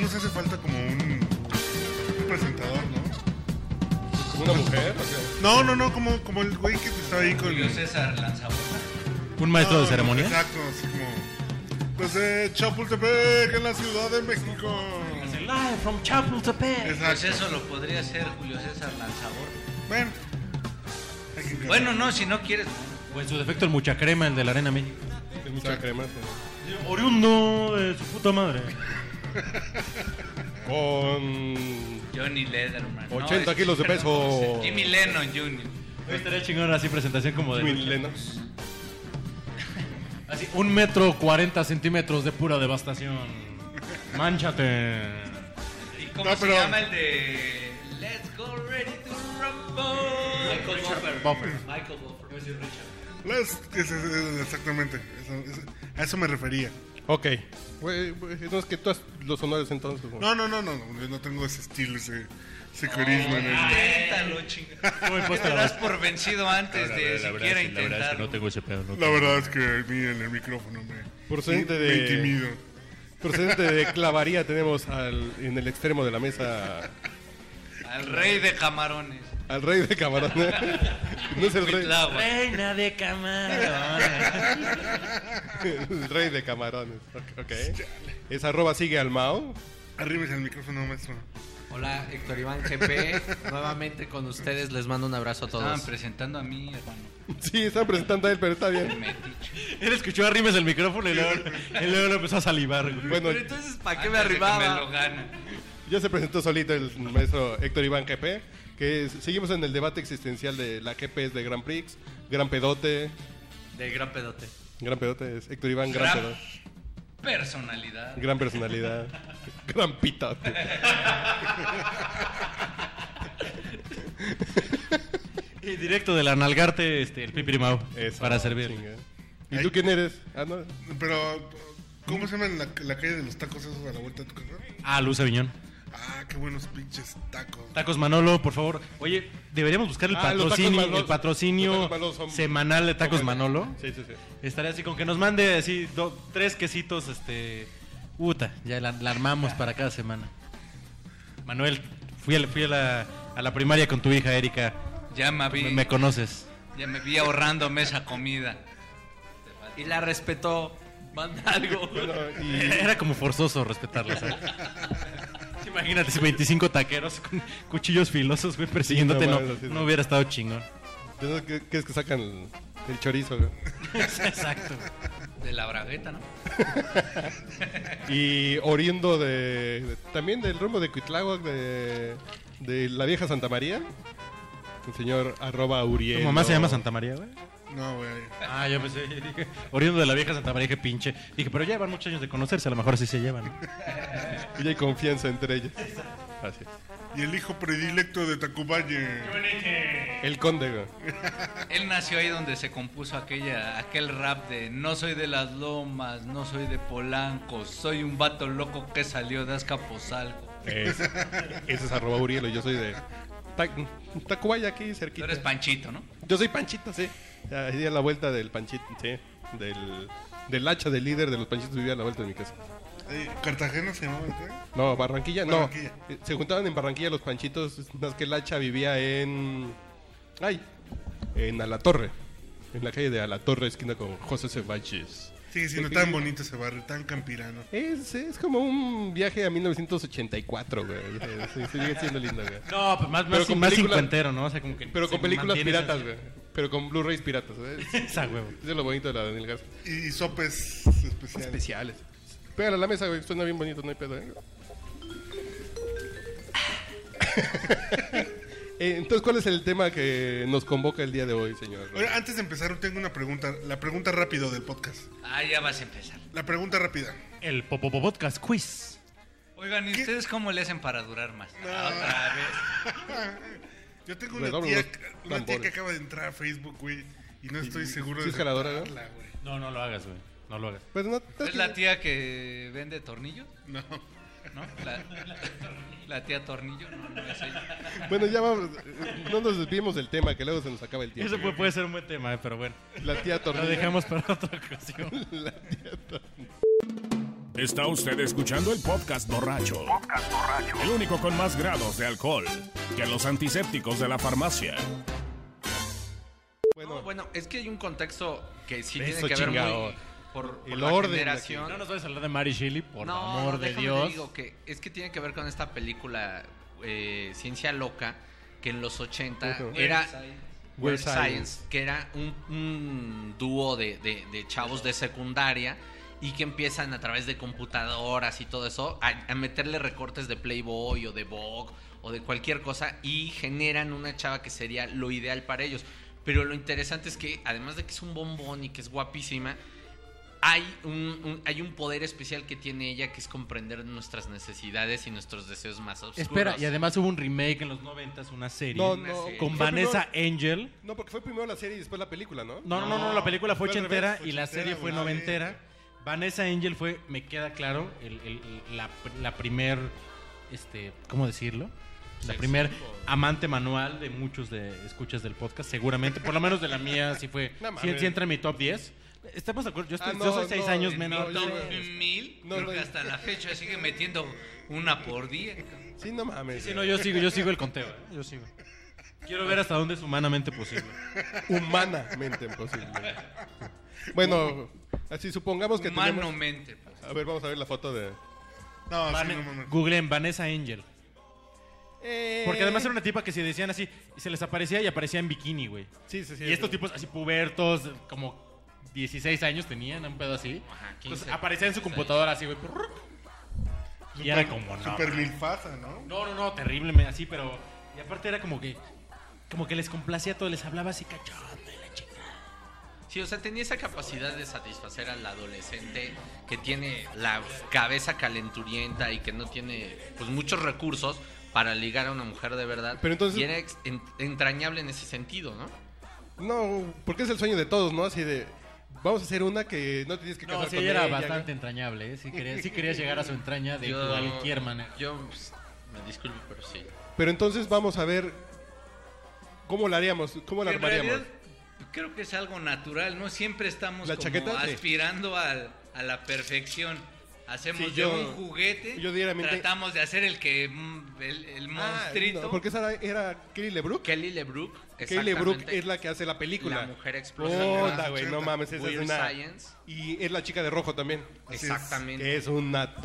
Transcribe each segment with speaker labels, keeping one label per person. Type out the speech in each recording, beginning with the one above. Speaker 1: nos hace falta como un, un presentador, ¿no?
Speaker 2: ¿Como una mujer? O sea,
Speaker 1: No, no, no, como, como el güey que está ahí con... Ah,
Speaker 3: Julio César Lanzabotas.
Speaker 4: Un maestro
Speaker 1: No,
Speaker 4: de ceremonias.
Speaker 1: Exacto, así como... Desde Chapultepec, en la Ciudad de México.
Speaker 4: Live from Chapultepec.
Speaker 3: Pues
Speaker 1: Exacto.
Speaker 3: eso lo podría hacer Julio César Lanzabor.
Speaker 1: Bueno. hay que encargar.
Speaker 3: Bueno, no, si no quieres.
Speaker 4: O en Pues, su defecto el mucha crema, el de la Arena México.
Speaker 2: es mucha crema. sí.
Speaker 4: Oriundo de su puta madre.
Speaker 2: Con.
Speaker 3: Johnny Lederman.
Speaker 2: 80
Speaker 3: es-
Speaker 2: kilos de
Speaker 3: perdón,
Speaker 2: peso.
Speaker 3: Jimmy Lennon Jr.
Speaker 4: Estaría chingón así presentación como de...
Speaker 2: Twin Lennox.
Speaker 4: Así, un metro cuarenta centímetros de pura devastación. Manchate.
Speaker 3: ¿Y cómo
Speaker 1: No,
Speaker 3: se
Speaker 1: pero-
Speaker 3: llama el de Let's Go Ready to Rumble? Michael Buffer.
Speaker 4: Buffer.
Speaker 3: Michael Buffer.
Speaker 1: Las- es- es- es- exactamente. eso- eso- a eso me refería.
Speaker 2: Ok. Güey, güey, No es que tú has los honores entonces. güey.
Speaker 1: No, no, no, no. Yo no tengo ese estilo, ese, ese carisma. ¿no?
Speaker 3: Inténtalo, chinga.
Speaker 4: Muy pues
Speaker 3: Te
Speaker 4: puesta la-
Speaker 3: darás por vencido antes
Speaker 5: La-
Speaker 3: de
Speaker 5: la- la verdad
Speaker 3: siquiera
Speaker 5: es que- la verdad
Speaker 3: Eh,
Speaker 5: es que
Speaker 3: intentarlo.
Speaker 5: no tengo ese pedo. no
Speaker 1: La
Speaker 5: tengo.
Speaker 1: verdad es que a mí en el micrófono me,
Speaker 2: Procedente
Speaker 1: me-
Speaker 2: de-
Speaker 1: me intimido.
Speaker 2: Procedente de clavaría tenemos al, en el extremo de la mesa
Speaker 3: Al rey de camarones.
Speaker 2: al rey de camarones. No es el rey,
Speaker 3: Cuitlahua.
Speaker 4: Reina de camarón.
Speaker 2: el rey de camarones. Ok, ok. Es arroba sigue al Mao.
Speaker 1: Arrímese al micrófono, maestro.
Speaker 6: Hola, Héctor Iván GP. Nuevamente con ustedes, les mando un abrazo a
Speaker 3: Estaban
Speaker 6: todos.
Speaker 3: presentando a mí, hermano.
Speaker 2: Sí, están presentando a él, pero está bien.
Speaker 3: Metiche.
Speaker 4: Él escuchó arrimes el micrófono y luego, y luego lo empezó a salivar. güey.
Speaker 2: Bueno,
Speaker 6: Pero entonces, ¿para qué me
Speaker 3: Antes de que me lo
Speaker 6: arribaba?
Speaker 3: gana.
Speaker 2: ya se presentó solito el maestro Héctor Iván GP, que es- seguimos en el debate existencial de la GP es de Grand Prix, Gran Pedote.
Speaker 6: De gran pedote.
Speaker 2: Gran Pedote es Héctor Iván, Gran
Speaker 3: Gran
Speaker 2: Pedote.
Speaker 3: personalidad.
Speaker 2: Gran personalidad. Gran pitote.
Speaker 4: Y directo del analgarte este, el pipirimao
Speaker 2: Eso,
Speaker 4: para servir.
Speaker 2: chinga. ¿Y tú quién eres? Ah, no.
Speaker 1: Pero, ¿cómo se llama la, la calle de los tacos esos a la vuelta de tu casa?
Speaker 4: Ah, Luz Aviñón.
Speaker 1: Ah, qué buenos pinches tacos.
Speaker 4: Tacos Manolo, por favor. Oye, deberíamos buscar el
Speaker 2: Ah, los tacos
Speaker 4: patrocinio,
Speaker 2: Manolo-
Speaker 4: el patrocinio
Speaker 2: los tacos Manolo son-
Speaker 4: semanal de Tacos Manolo.
Speaker 2: Sí, sí, sí.
Speaker 4: Estaría así con que nos mande así do- tres quesitos, este, puta, ya la, la armamos para cada semana. Manuel, fui a, la- fui a la, a la primaria con tu hija Erika.
Speaker 3: Ya me vi,
Speaker 4: Me, me conoces.
Speaker 3: ya me vi ahorrándome esa comida.
Speaker 6: Y la respetó. Manda algo.
Speaker 2: Bueno, y-
Speaker 4: Era, era como forzoso respetarla, ¿sabes? Sí, Imagínate, si 25 taqueros con cuchillos filosos, güey, persiguiéndote,
Speaker 2: no
Speaker 4: no,
Speaker 2: mames, así es.
Speaker 4: no hubiera estado chingón.
Speaker 2: Entonces, ¿Qué, qué es que sacan el, el chorizo? güey?
Speaker 4: Exacto.
Speaker 3: De la bragueta, ¿no?
Speaker 2: Y oriendo de, de- también del rumbo de Cuitláhuac, de, de la vieja Santa María. El señor arroba
Speaker 4: ¿Tu
Speaker 2: Uriel.
Speaker 4: mamá se llama Santa María, güey?
Speaker 1: No, güey.
Speaker 4: Ah, yo pensé, dije, oriundo de la vieja Santa María, dije, pinche. Dije, pero ya llevan muchos años de conocerse, a lo mejor sí se llevan.
Speaker 2: Y hay confianza entre ellos. Así es.
Speaker 1: Y el hijo predilecto de Tacubaye.
Speaker 2: El conde, güey.
Speaker 3: Él nació ahí donde se compuso aquella, aquel rap de no soy de las lomas, no soy de Polanco, soy un vato loco que salió de Azcapotzalco.
Speaker 2: Ese, ese es arroba Uriel y yo soy de Ta- Tacubaya, aquí
Speaker 3: Tú
Speaker 2: cerquita.
Speaker 3: eres Panchito, ¿no?
Speaker 2: Yo soy Panchito, sí. Ahí a la vuelta del Panchito, sí. Del, del hacha del líder de los Panchitos vivía a la vuelta de mi casa.
Speaker 1: Eh, ¿Cartagena se llamaba el qué?
Speaker 2: No, Barranquilla,
Speaker 1: Barranquilla.
Speaker 2: no. Eh, Se juntaban en Barranquilla los Panchitos, más que el hacha vivía en... Ay, en Alatorre. En la calle de Alatorre, esquina con José Ceballos.
Speaker 1: Sigue siendo tan bonito ese barrio, tan campirano.
Speaker 2: Es, es como un viaje a 1984, güey. Sí, sí, sigue siendo lindo, güey.
Speaker 4: No, pues más,
Speaker 2: Pero
Speaker 4: más,
Speaker 2: con
Speaker 4: más
Speaker 2: película-
Speaker 4: cincuentero, ¿no? O sea, como que
Speaker 2: Pero con
Speaker 4: se
Speaker 2: películas
Speaker 4: mantiene esa-
Speaker 2: piratas, güey. Pero con Blu-rays piratas, ¿sabes? Eso
Speaker 4: Esa huevo.
Speaker 2: es lo bonito de la Daniel Garza.
Speaker 1: Y, y sopes especiales.
Speaker 2: especiales. Pégale a la mesa, güey. Suena bien bonito, no hay pedo, ¿eh? Eh, Entonces, ¿cuál es el tema que nos convoca el día de hoy, señor?
Speaker 1: Oye, antes de empezar, tengo una pregunta. La pregunta rápido del podcast.
Speaker 3: Ah, ya vas a empezar.
Speaker 1: La pregunta rápida.
Speaker 4: El Popo Podcast Quiz.
Speaker 3: Oigan, ¿y
Speaker 1: ¿Qué?
Speaker 3: ustedes cómo le hacen para durar más? Ah, Otra vez.
Speaker 1: Yo tengo una
Speaker 2: Redoble
Speaker 1: tía,
Speaker 2: los
Speaker 1: una tía
Speaker 2: tambores.
Speaker 1: que acaba de entrar a Facebook, güey, y no estoy seguro
Speaker 2: sí
Speaker 1: de
Speaker 2: es jaladora,
Speaker 1: aceptarla, güey.
Speaker 4: No, no lo hagas, güey. No lo hagas.
Speaker 2: Pues no,
Speaker 3: ¿Es la tía que vende tornillos?
Speaker 1: No.
Speaker 3: ¿No? La, la tía tornillo, no, no es ella.
Speaker 2: Bueno, ya vamos. eh, No nos desviemos del tema, que luego se nos acaba el tiempo.
Speaker 4: Eso puede, puede ser un buen tema, eh, pero bueno.
Speaker 2: La tía
Speaker 4: Lo
Speaker 2: Tornillo.
Speaker 4: dejamos para otra ocasión.
Speaker 2: La tía Tornillo.
Speaker 5: Está usted escuchando el podcast borracho. El único con más grados de alcohol que los antisépticos de la farmacia.
Speaker 2: Bueno,
Speaker 6: No, bueno, es que hay un contexto que sí
Speaker 2: Eso,
Speaker 6: tiene que ver
Speaker 2: chingado.
Speaker 6: muy por, por
Speaker 2: El
Speaker 6: la
Speaker 2: orden de
Speaker 6: generación.
Speaker 4: No nos vayas a hablar de Mary Shelley, por
Speaker 6: No,
Speaker 4: amor de
Speaker 6: déjame
Speaker 4: Dios.
Speaker 6: te digo que es que tiene que ver con esta película eh, Ciencia Loca que en los 80
Speaker 2: Ujú.
Speaker 6: era
Speaker 2: Weird
Speaker 6: Weird
Speaker 2: Science.
Speaker 6: Science, que era un, un dúo de, de- de chavos de secundaria y que empiezan a través de computadoras y todo eso a, a meterle recortes de Playboy o de Vogue o de cualquier cosa y generan una chava que sería lo ideal para ellos. Pero lo interesante es que además de que es un bombón y que es guapísima, hay un, un- hay un poder especial que tiene ella que es comprender nuestras necesidades y nuestros deseos más oscuros.
Speaker 4: Espera, y además hubo un remake en los 90 una serie
Speaker 2: no,
Speaker 6: una
Speaker 2: no,
Speaker 6: serie.
Speaker 4: con
Speaker 2: fue
Speaker 4: Vanessa
Speaker 2: primero-
Speaker 4: Angel.
Speaker 2: no, porque fue primero la serie y después la película, ¿no?
Speaker 4: No, no, no, no, la película fue
Speaker 1: fue al
Speaker 4: ochentera
Speaker 1: revés, fue
Speaker 4: y la
Speaker 1: ochentera,
Speaker 4: serie fue
Speaker 1: güey.
Speaker 4: noventera. Vanessa Angel fue, me queda claro, el- el- el- la, la primer, este, ¿cómo decirlo? La primer amante manual de muchos de escuchas del podcast, seguramente, por lo menos de la mía, sí fue,
Speaker 2: No mames.
Speaker 4: sí, sí entra en mi top 10. Estamos de acuerdo, yo, estoy-
Speaker 2: Ah, no,
Speaker 4: yo soy 6
Speaker 2: no,
Speaker 4: años
Speaker 2: en
Speaker 4: menor.
Speaker 2: mi top-
Speaker 4: Sí,
Speaker 3: mil,
Speaker 2: No,
Speaker 3: creo
Speaker 2: no,
Speaker 3: que
Speaker 2: no.
Speaker 3: hasta la fecha sigue metiendo una por día. cabrón.
Speaker 2: Sí, no mames.
Speaker 4: sí, no, yo sigo, yo sigo el conteo, ¿eh? yo sigo. Quiero ver hasta dónde es humanamente posible.
Speaker 2: Humanamente imposible. bueno, así supongamos que tenemos...
Speaker 3: Humanamente. pues.
Speaker 2: A ver, vamos a ver la foto de...
Speaker 1: No, sí,
Speaker 4: Vane-
Speaker 1: no mames.
Speaker 4: Googleen Vanessa Angel. Porque además era una tipa que se decían así, y se les aparecía y aparecía en bikini, güey.
Speaker 2: Sí, sí, sí.
Speaker 4: y estos tipos así pubertos, como 16 años tenían, un pedo así.
Speaker 6: Ajá, 15,
Speaker 4: Entonces aparecía en su
Speaker 6: 16
Speaker 4: computadora así, güey. prrr, Y era como, no.
Speaker 1: Super milfaza, ¿no?
Speaker 4: No, no, no, terrible, me- así, pero. Y aparte era como que. Como que les complacía todo, les hablaba así cachondo y la chingada.
Speaker 6: Sí, o sea, tenía esa capacidad de satisfacer al adolescente que tiene la cabeza calenturienta y que no tiene pues muchos recursos para ligar a una mujer de verdad.
Speaker 2: Pero entonces-
Speaker 6: y era ex- en- entrañable en ese sentido, ¿no?
Speaker 2: No, porque es el sueño de todos, ¿no? Así de... Vamos a hacer una que no tienes que casar
Speaker 4: No, sí,
Speaker 2: con
Speaker 4: ella era
Speaker 2: ella,
Speaker 4: bastante entrañable, ¿eh? Sí quería, sí quería llegar a su entraña de cualquier manera.
Speaker 6: Yo pues, me disculpo, pero sí.
Speaker 2: Pero entonces vamos a ver cómo la haríamos, cómo la
Speaker 3: En
Speaker 2: armaríamos.
Speaker 3: realidad, creo que es algo natural, ¿no? Siempre estamos
Speaker 2: La
Speaker 3: como
Speaker 2: chaqueta, sí.
Speaker 3: aspirando al- a la perfección. Hacemos
Speaker 2: Sí, yo-
Speaker 3: de un juguete,
Speaker 2: yo diariamente-
Speaker 3: tratamos de hacer el que mm, el, el monstruito.
Speaker 2: Ah, no, porque esa era, era Kelly LeBrook.
Speaker 6: Kelly LeBrook,
Speaker 2: Kelly LeBrook
Speaker 6: exactamente,
Speaker 2: es la que hace la película.
Speaker 6: la mujer
Speaker 2: Puta,
Speaker 6: explosiva.
Speaker 2: güey, no mames, esa es
Speaker 6: Weird
Speaker 2: una...
Speaker 6: Science.
Speaker 2: Y es la chica de rojo también.
Speaker 1: Así es.
Speaker 6: Exactamente.
Speaker 2: Que es una
Speaker 1: Así es.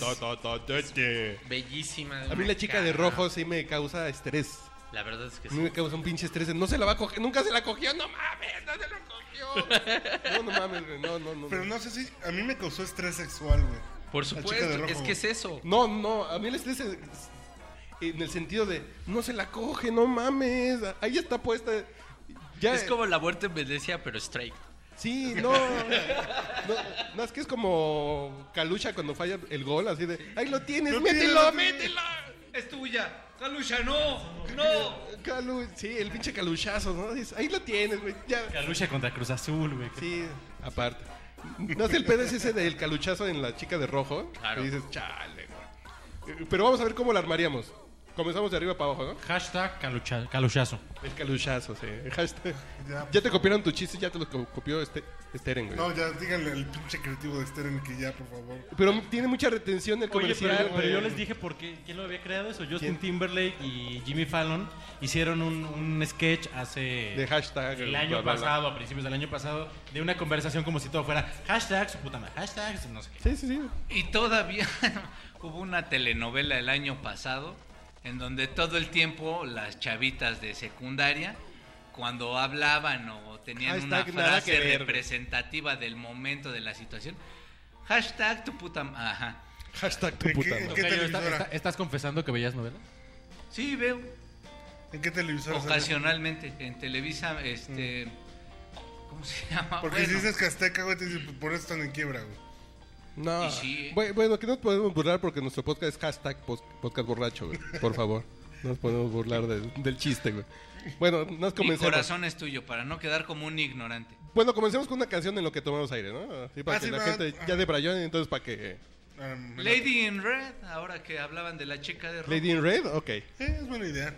Speaker 2: tortototototete.
Speaker 6: Bellísima.
Speaker 2: A mí la chica de rojo
Speaker 6: rojos
Speaker 2: sí me causa estrés.
Speaker 6: La verdad es que
Speaker 2: A
Speaker 6: sí.
Speaker 2: mí me causa un pinche estrés. de, No se la va a coger. Nunca se la cogió. No mames, no se la cogió. No, no mames, güey. No, no, no.
Speaker 1: Pero no sé si. A mí me causó estrés sexual, güey.
Speaker 6: Por
Speaker 1: La chica de
Speaker 6: supuesto,
Speaker 1: rojo,
Speaker 6: es que
Speaker 1: güey.
Speaker 6: es eso.
Speaker 2: No, no. A mí el estrés es- en el sentido de no se la coge, no mames. Ahí está puesta. Ya,
Speaker 6: Es como la muerte en Venecia, pero straight.
Speaker 2: Sí, no. No, no, es que es como Calucha cuando falla el gol, así de. Ahí lo tienes,
Speaker 1: Lo
Speaker 2: mételo,
Speaker 1: tienes.
Speaker 2: mételo.
Speaker 3: Es tuya. Calucha, no, no.
Speaker 2: Calu, sí, el pinche caluchazo, ¿no? Dices, Ahí lo tienes, güey. Ya,
Speaker 4: La lucha contra Cruz Azul, güey.
Speaker 2: Sí, aparte. No sé, el pedo es ese del caluchazo en la chica de rojo.
Speaker 6: Claro.
Speaker 2: Y dices, chale, güey. Eh, Pero vamos a ver cómo la armaríamos. Comenzamos de arriba para abajo, ¿no?
Speaker 4: Hashtag calucha- caluchazo.
Speaker 2: El caluchazo, sí. El hashtag.
Speaker 1: Ya.
Speaker 2: Ya te copiaron tu chiste, ya te lo co- copió este, Steren, güey.
Speaker 1: No, ya díganle al pinche creativo de Steren que ya, por favor.
Speaker 2: Pero tiene mucha retención el
Speaker 4: Oye,
Speaker 2: comercial.
Speaker 4: pero, yo- pero
Speaker 2: güey.
Speaker 4: yo les dije por qué, quién lo había creado eso. Justin
Speaker 2: ¿Quién?
Speaker 4: Timberlake y Jimmy Fallon hicieron un, un sketch hace
Speaker 2: De hashtag.
Speaker 4: el año
Speaker 2: bla, bla, bla.
Speaker 4: pasado, a principios del año pasado, de una conversación como si todo fuera hashtag, su puta madre, hashtag, su no sé qué.
Speaker 2: Sí, sí, sí.
Speaker 3: Y todavía hubo una telenovela el año pasado en donde todo el tiempo las chavitas de secundaria cuando hablaban o tenían
Speaker 2: Hashtag
Speaker 3: una
Speaker 2: nada Ah, que
Speaker 3: frase
Speaker 2: ver.
Speaker 3: representativa del momento de la situación, hashtag tu puta... ma- Ajá.
Speaker 2: Hashtag tu
Speaker 1: ¿De
Speaker 2: puta
Speaker 1: qué-
Speaker 2: madre.
Speaker 1: qué-
Speaker 4: Tocayo, ¿está-
Speaker 1: televisora?
Speaker 4: está- ¿Estás confesando que veías novelas?
Speaker 3: Sí, veo.
Speaker 1: ¿En qué televisor?
Speaker 3: Ocasionalmente en Televisa, este...
Speaker 2: Mm.
Speaker 3: ¿Cómo se llama?
Speaker 1: Porque si
Speaker 3: Bueno,
Speaker 1: dices que Azteca, güey, te dicen, por eso están en quiebra, güey.
Speaker 2: No.
Speaker 3: Y sí, eh.
Speaker 2: Bu- Bueno, que no nos podemos burlar porque nuestro podcast es hashtag pos- podcast borracho, güey. Por favor. No nos podemos burlar del- del chiste, güey. Bueno,
Speaker 3: mi
Speaker 2: nos comencemos.
Speaker 3: corazón es tuyo para no quedar como un ignorante.
Speaker 2: Bueno, comencemos con una canción en lo que tomamos aire, ¿no? Así para
Speaker 1: Ah,
Speaker 2: que
Speaker 1: sí,
Speaker 2: la
Speaker 1: va.
Speaker 2: gente ya debrayó, entonces para que...
Speaker 1: Ah, me la-
Speaker 3: Lady in Red, ahora que hablaban de la chica de rojo.
Speaker 2: Lady in Red, ok.
Speaker 1: Eh, es buena idea.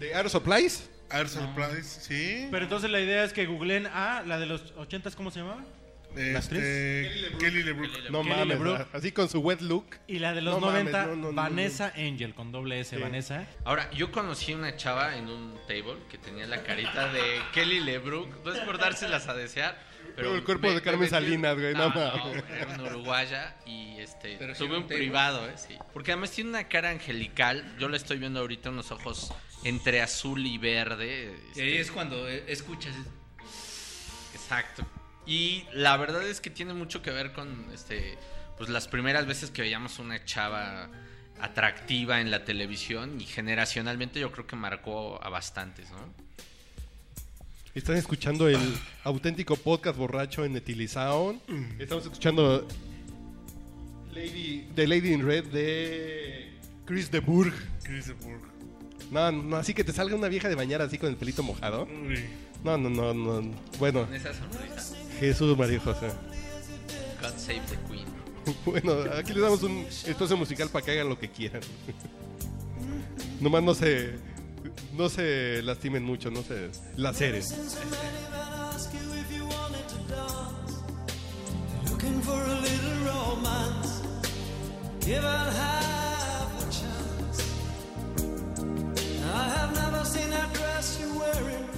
Speaker 2: ¿De Air Supplies?
Speaker 1: Air Supplies, sí.
Speaker 4: Pero entonces la idea es que googleen, ah, la de los ochentas, ¿cómo se llamaba?
Speaker 1: Este, Kelly LeBrook.
Speaker 2: No
Speaker 4: Kelly
Speaker 2: mames,
Speaker 4: LeBrook.
Speaker 2: ah, así con su wet look.
Speaker 4: Y la de los
Speaker 2: No mames,
Speaker 4: 90,
Speaker 2: no, no, no,
Speaker 4: Vanessa Angel, con doble S, Vanessa.
Speaker 6: Ahora, yo conocí una chava en un table que tenía la carita de Kelly LeBrook. No es por dárselas a desear, pero.
Speaker 2: Pero el cuerpo de Carmen Salinas, güey, no mames.
Speaker 6: Ah, güey, Era una uruguaya y este.
Speaker 3: Pero sí
Speaker 6: tuve
Speaker 3: era un
Speaker 6: un
Speaker 3: table.
Speaker 6: privado, ¿eh? Sí. Porque además tiene una cara angelical. Yo la estoy viendo ahorita unos ojos entre azul y verde. este,
Speaker 3: Y ahí es cuando eh, escuchas.
Speaker 6: Exacto. Y la verdad es que tiene mucho que ver con este pues las primeras veces que veíamos una chava atractiva en la televisión y generacionalmente yo creo que marcó a bastantes, ¿no?
Speaker 2: Están escuchando el auténtico podcast borracho en Etilizaon. Estamos escuchando Lady, The Lady in Red de Chris de Burg.
Speaker 1: Chris LeBrook.
Speaker 2: No, no, así que te salga una vieja de bañar así con el pelito mojado.
Speaker 1: Uy.
Speaker 2: No, no, no, no. Bueno,
Speaker 6: Con esa sonrisa.
Speaker 2: Jesús María José.
Speaker 6: God save the queen.
Speaker 2: Bueno, aquí les damos un espacio musical para que hagan lo que quieran. Nomás no se, no se lastimen mucho, no se laceren.
Speaker 7: Looking for a little romance. Give out half a chance. I have never seen that dress you're wearing.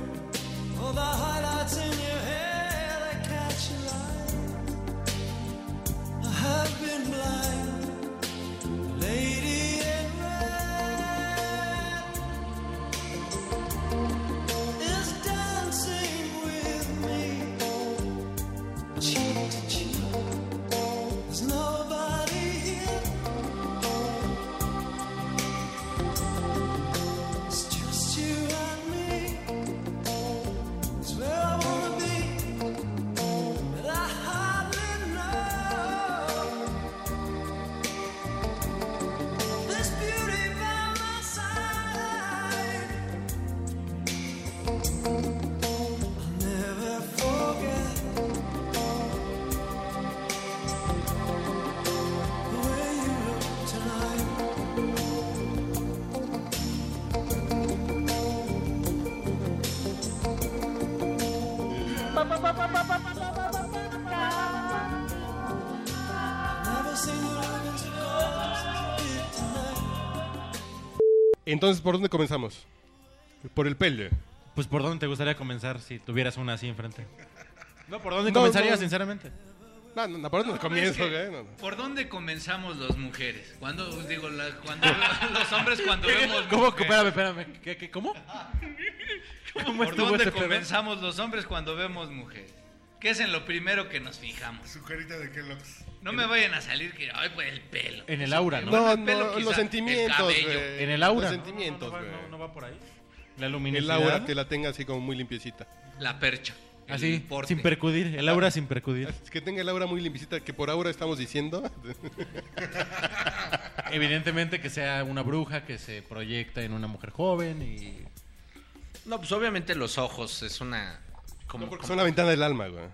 Speaker 7: Or the highlights in your hair that catch your eye. I have been blind. Lady in red is dancing with me cheek to cheek. There's nobody here. It's just you and me. It's where I wanna be, but I hardly know. This beauty by my side, I'll never forget. The way you look tonight. Never seen you looking so good since you did tonight.
Speaker 2: Entonces, ¿por dónde comenzamos? Por el pelle.
Speaker 4: Pues por dónde te gustaría comenzar si tuvieras una así enfrente. No, por dónde
Speaker 2: No,
Speaker 4: comenzaría,
Speaker 2: no.
Speaker 4: sinceramente.
Speaker 2: No, no, no, ¿por dónde comienzo?
Speaker 3: Es
Speaker 4: ¿eh?
Speaker 3: que,
Speaker 2: güey? No, no.
Speaker 3: ¿Por dónde comenzamos las mujeres? Cuando, digo, la- cuando los hombres cuando vemos.
Speaker 4: ¿Cómo?
Speaker 3: mujeres.
Speaker 4: Espérame, espérame. ¿Qué, qué, cómo ¿Cómo
Speaker 3: ¿Por
Speaker 4: estuvo
Speaker 3: dónde
Speaker 4: ese pedo?
Speaker 3: comenzamos los hombres cuando vemos mujeres? ¿Qué es en lo primero que nos fijamos?
Speaker 1: Su carita de Kellogg's.
Speaker 3: No me vayan a salir que, ay, pues el pelo.
Speaker 4: En el aura, ¿no?
Speaker 2: No,
Speaker 3: el pelo
Speaker 2: no,
Speaker 3: quizá,
Speaker 2: los
Speaker 3: el
Speaker 2: sentimientos,
Speaker 3: cabello.
Speaker 2: güey.
Speaker 4: En el aura.
Speaker 2: Los
Speaker 4: ¿no?
Speaker 2: sentimientos,
Speaker 4: No, no,
Speaker 2: güey.
Speaker 4: no, no va por ahí. La
Speaker 2: El
Speaker 4: luminosidad.
Speaker 2: aura te la tenga así como muy limpiecita.
Speaker 3: La percha. el
Speaker 4: Así,
Speaker 3: porte.
Speaker 4: Ah, sin percudir. El aura sin percudir.
Speaker 2: Es que tenga el aura muy limpiecita, que por aura estamos diciendo.
Speaker 4: Evidentemente que sea una bruja que se proyecta en una mujer joven y...
Speaker 6: No, pues obviamente los ojos es una como,
Speaker 2: No, porque
Speaker 6: como
Speaker 2: son la ventana del alma, güey.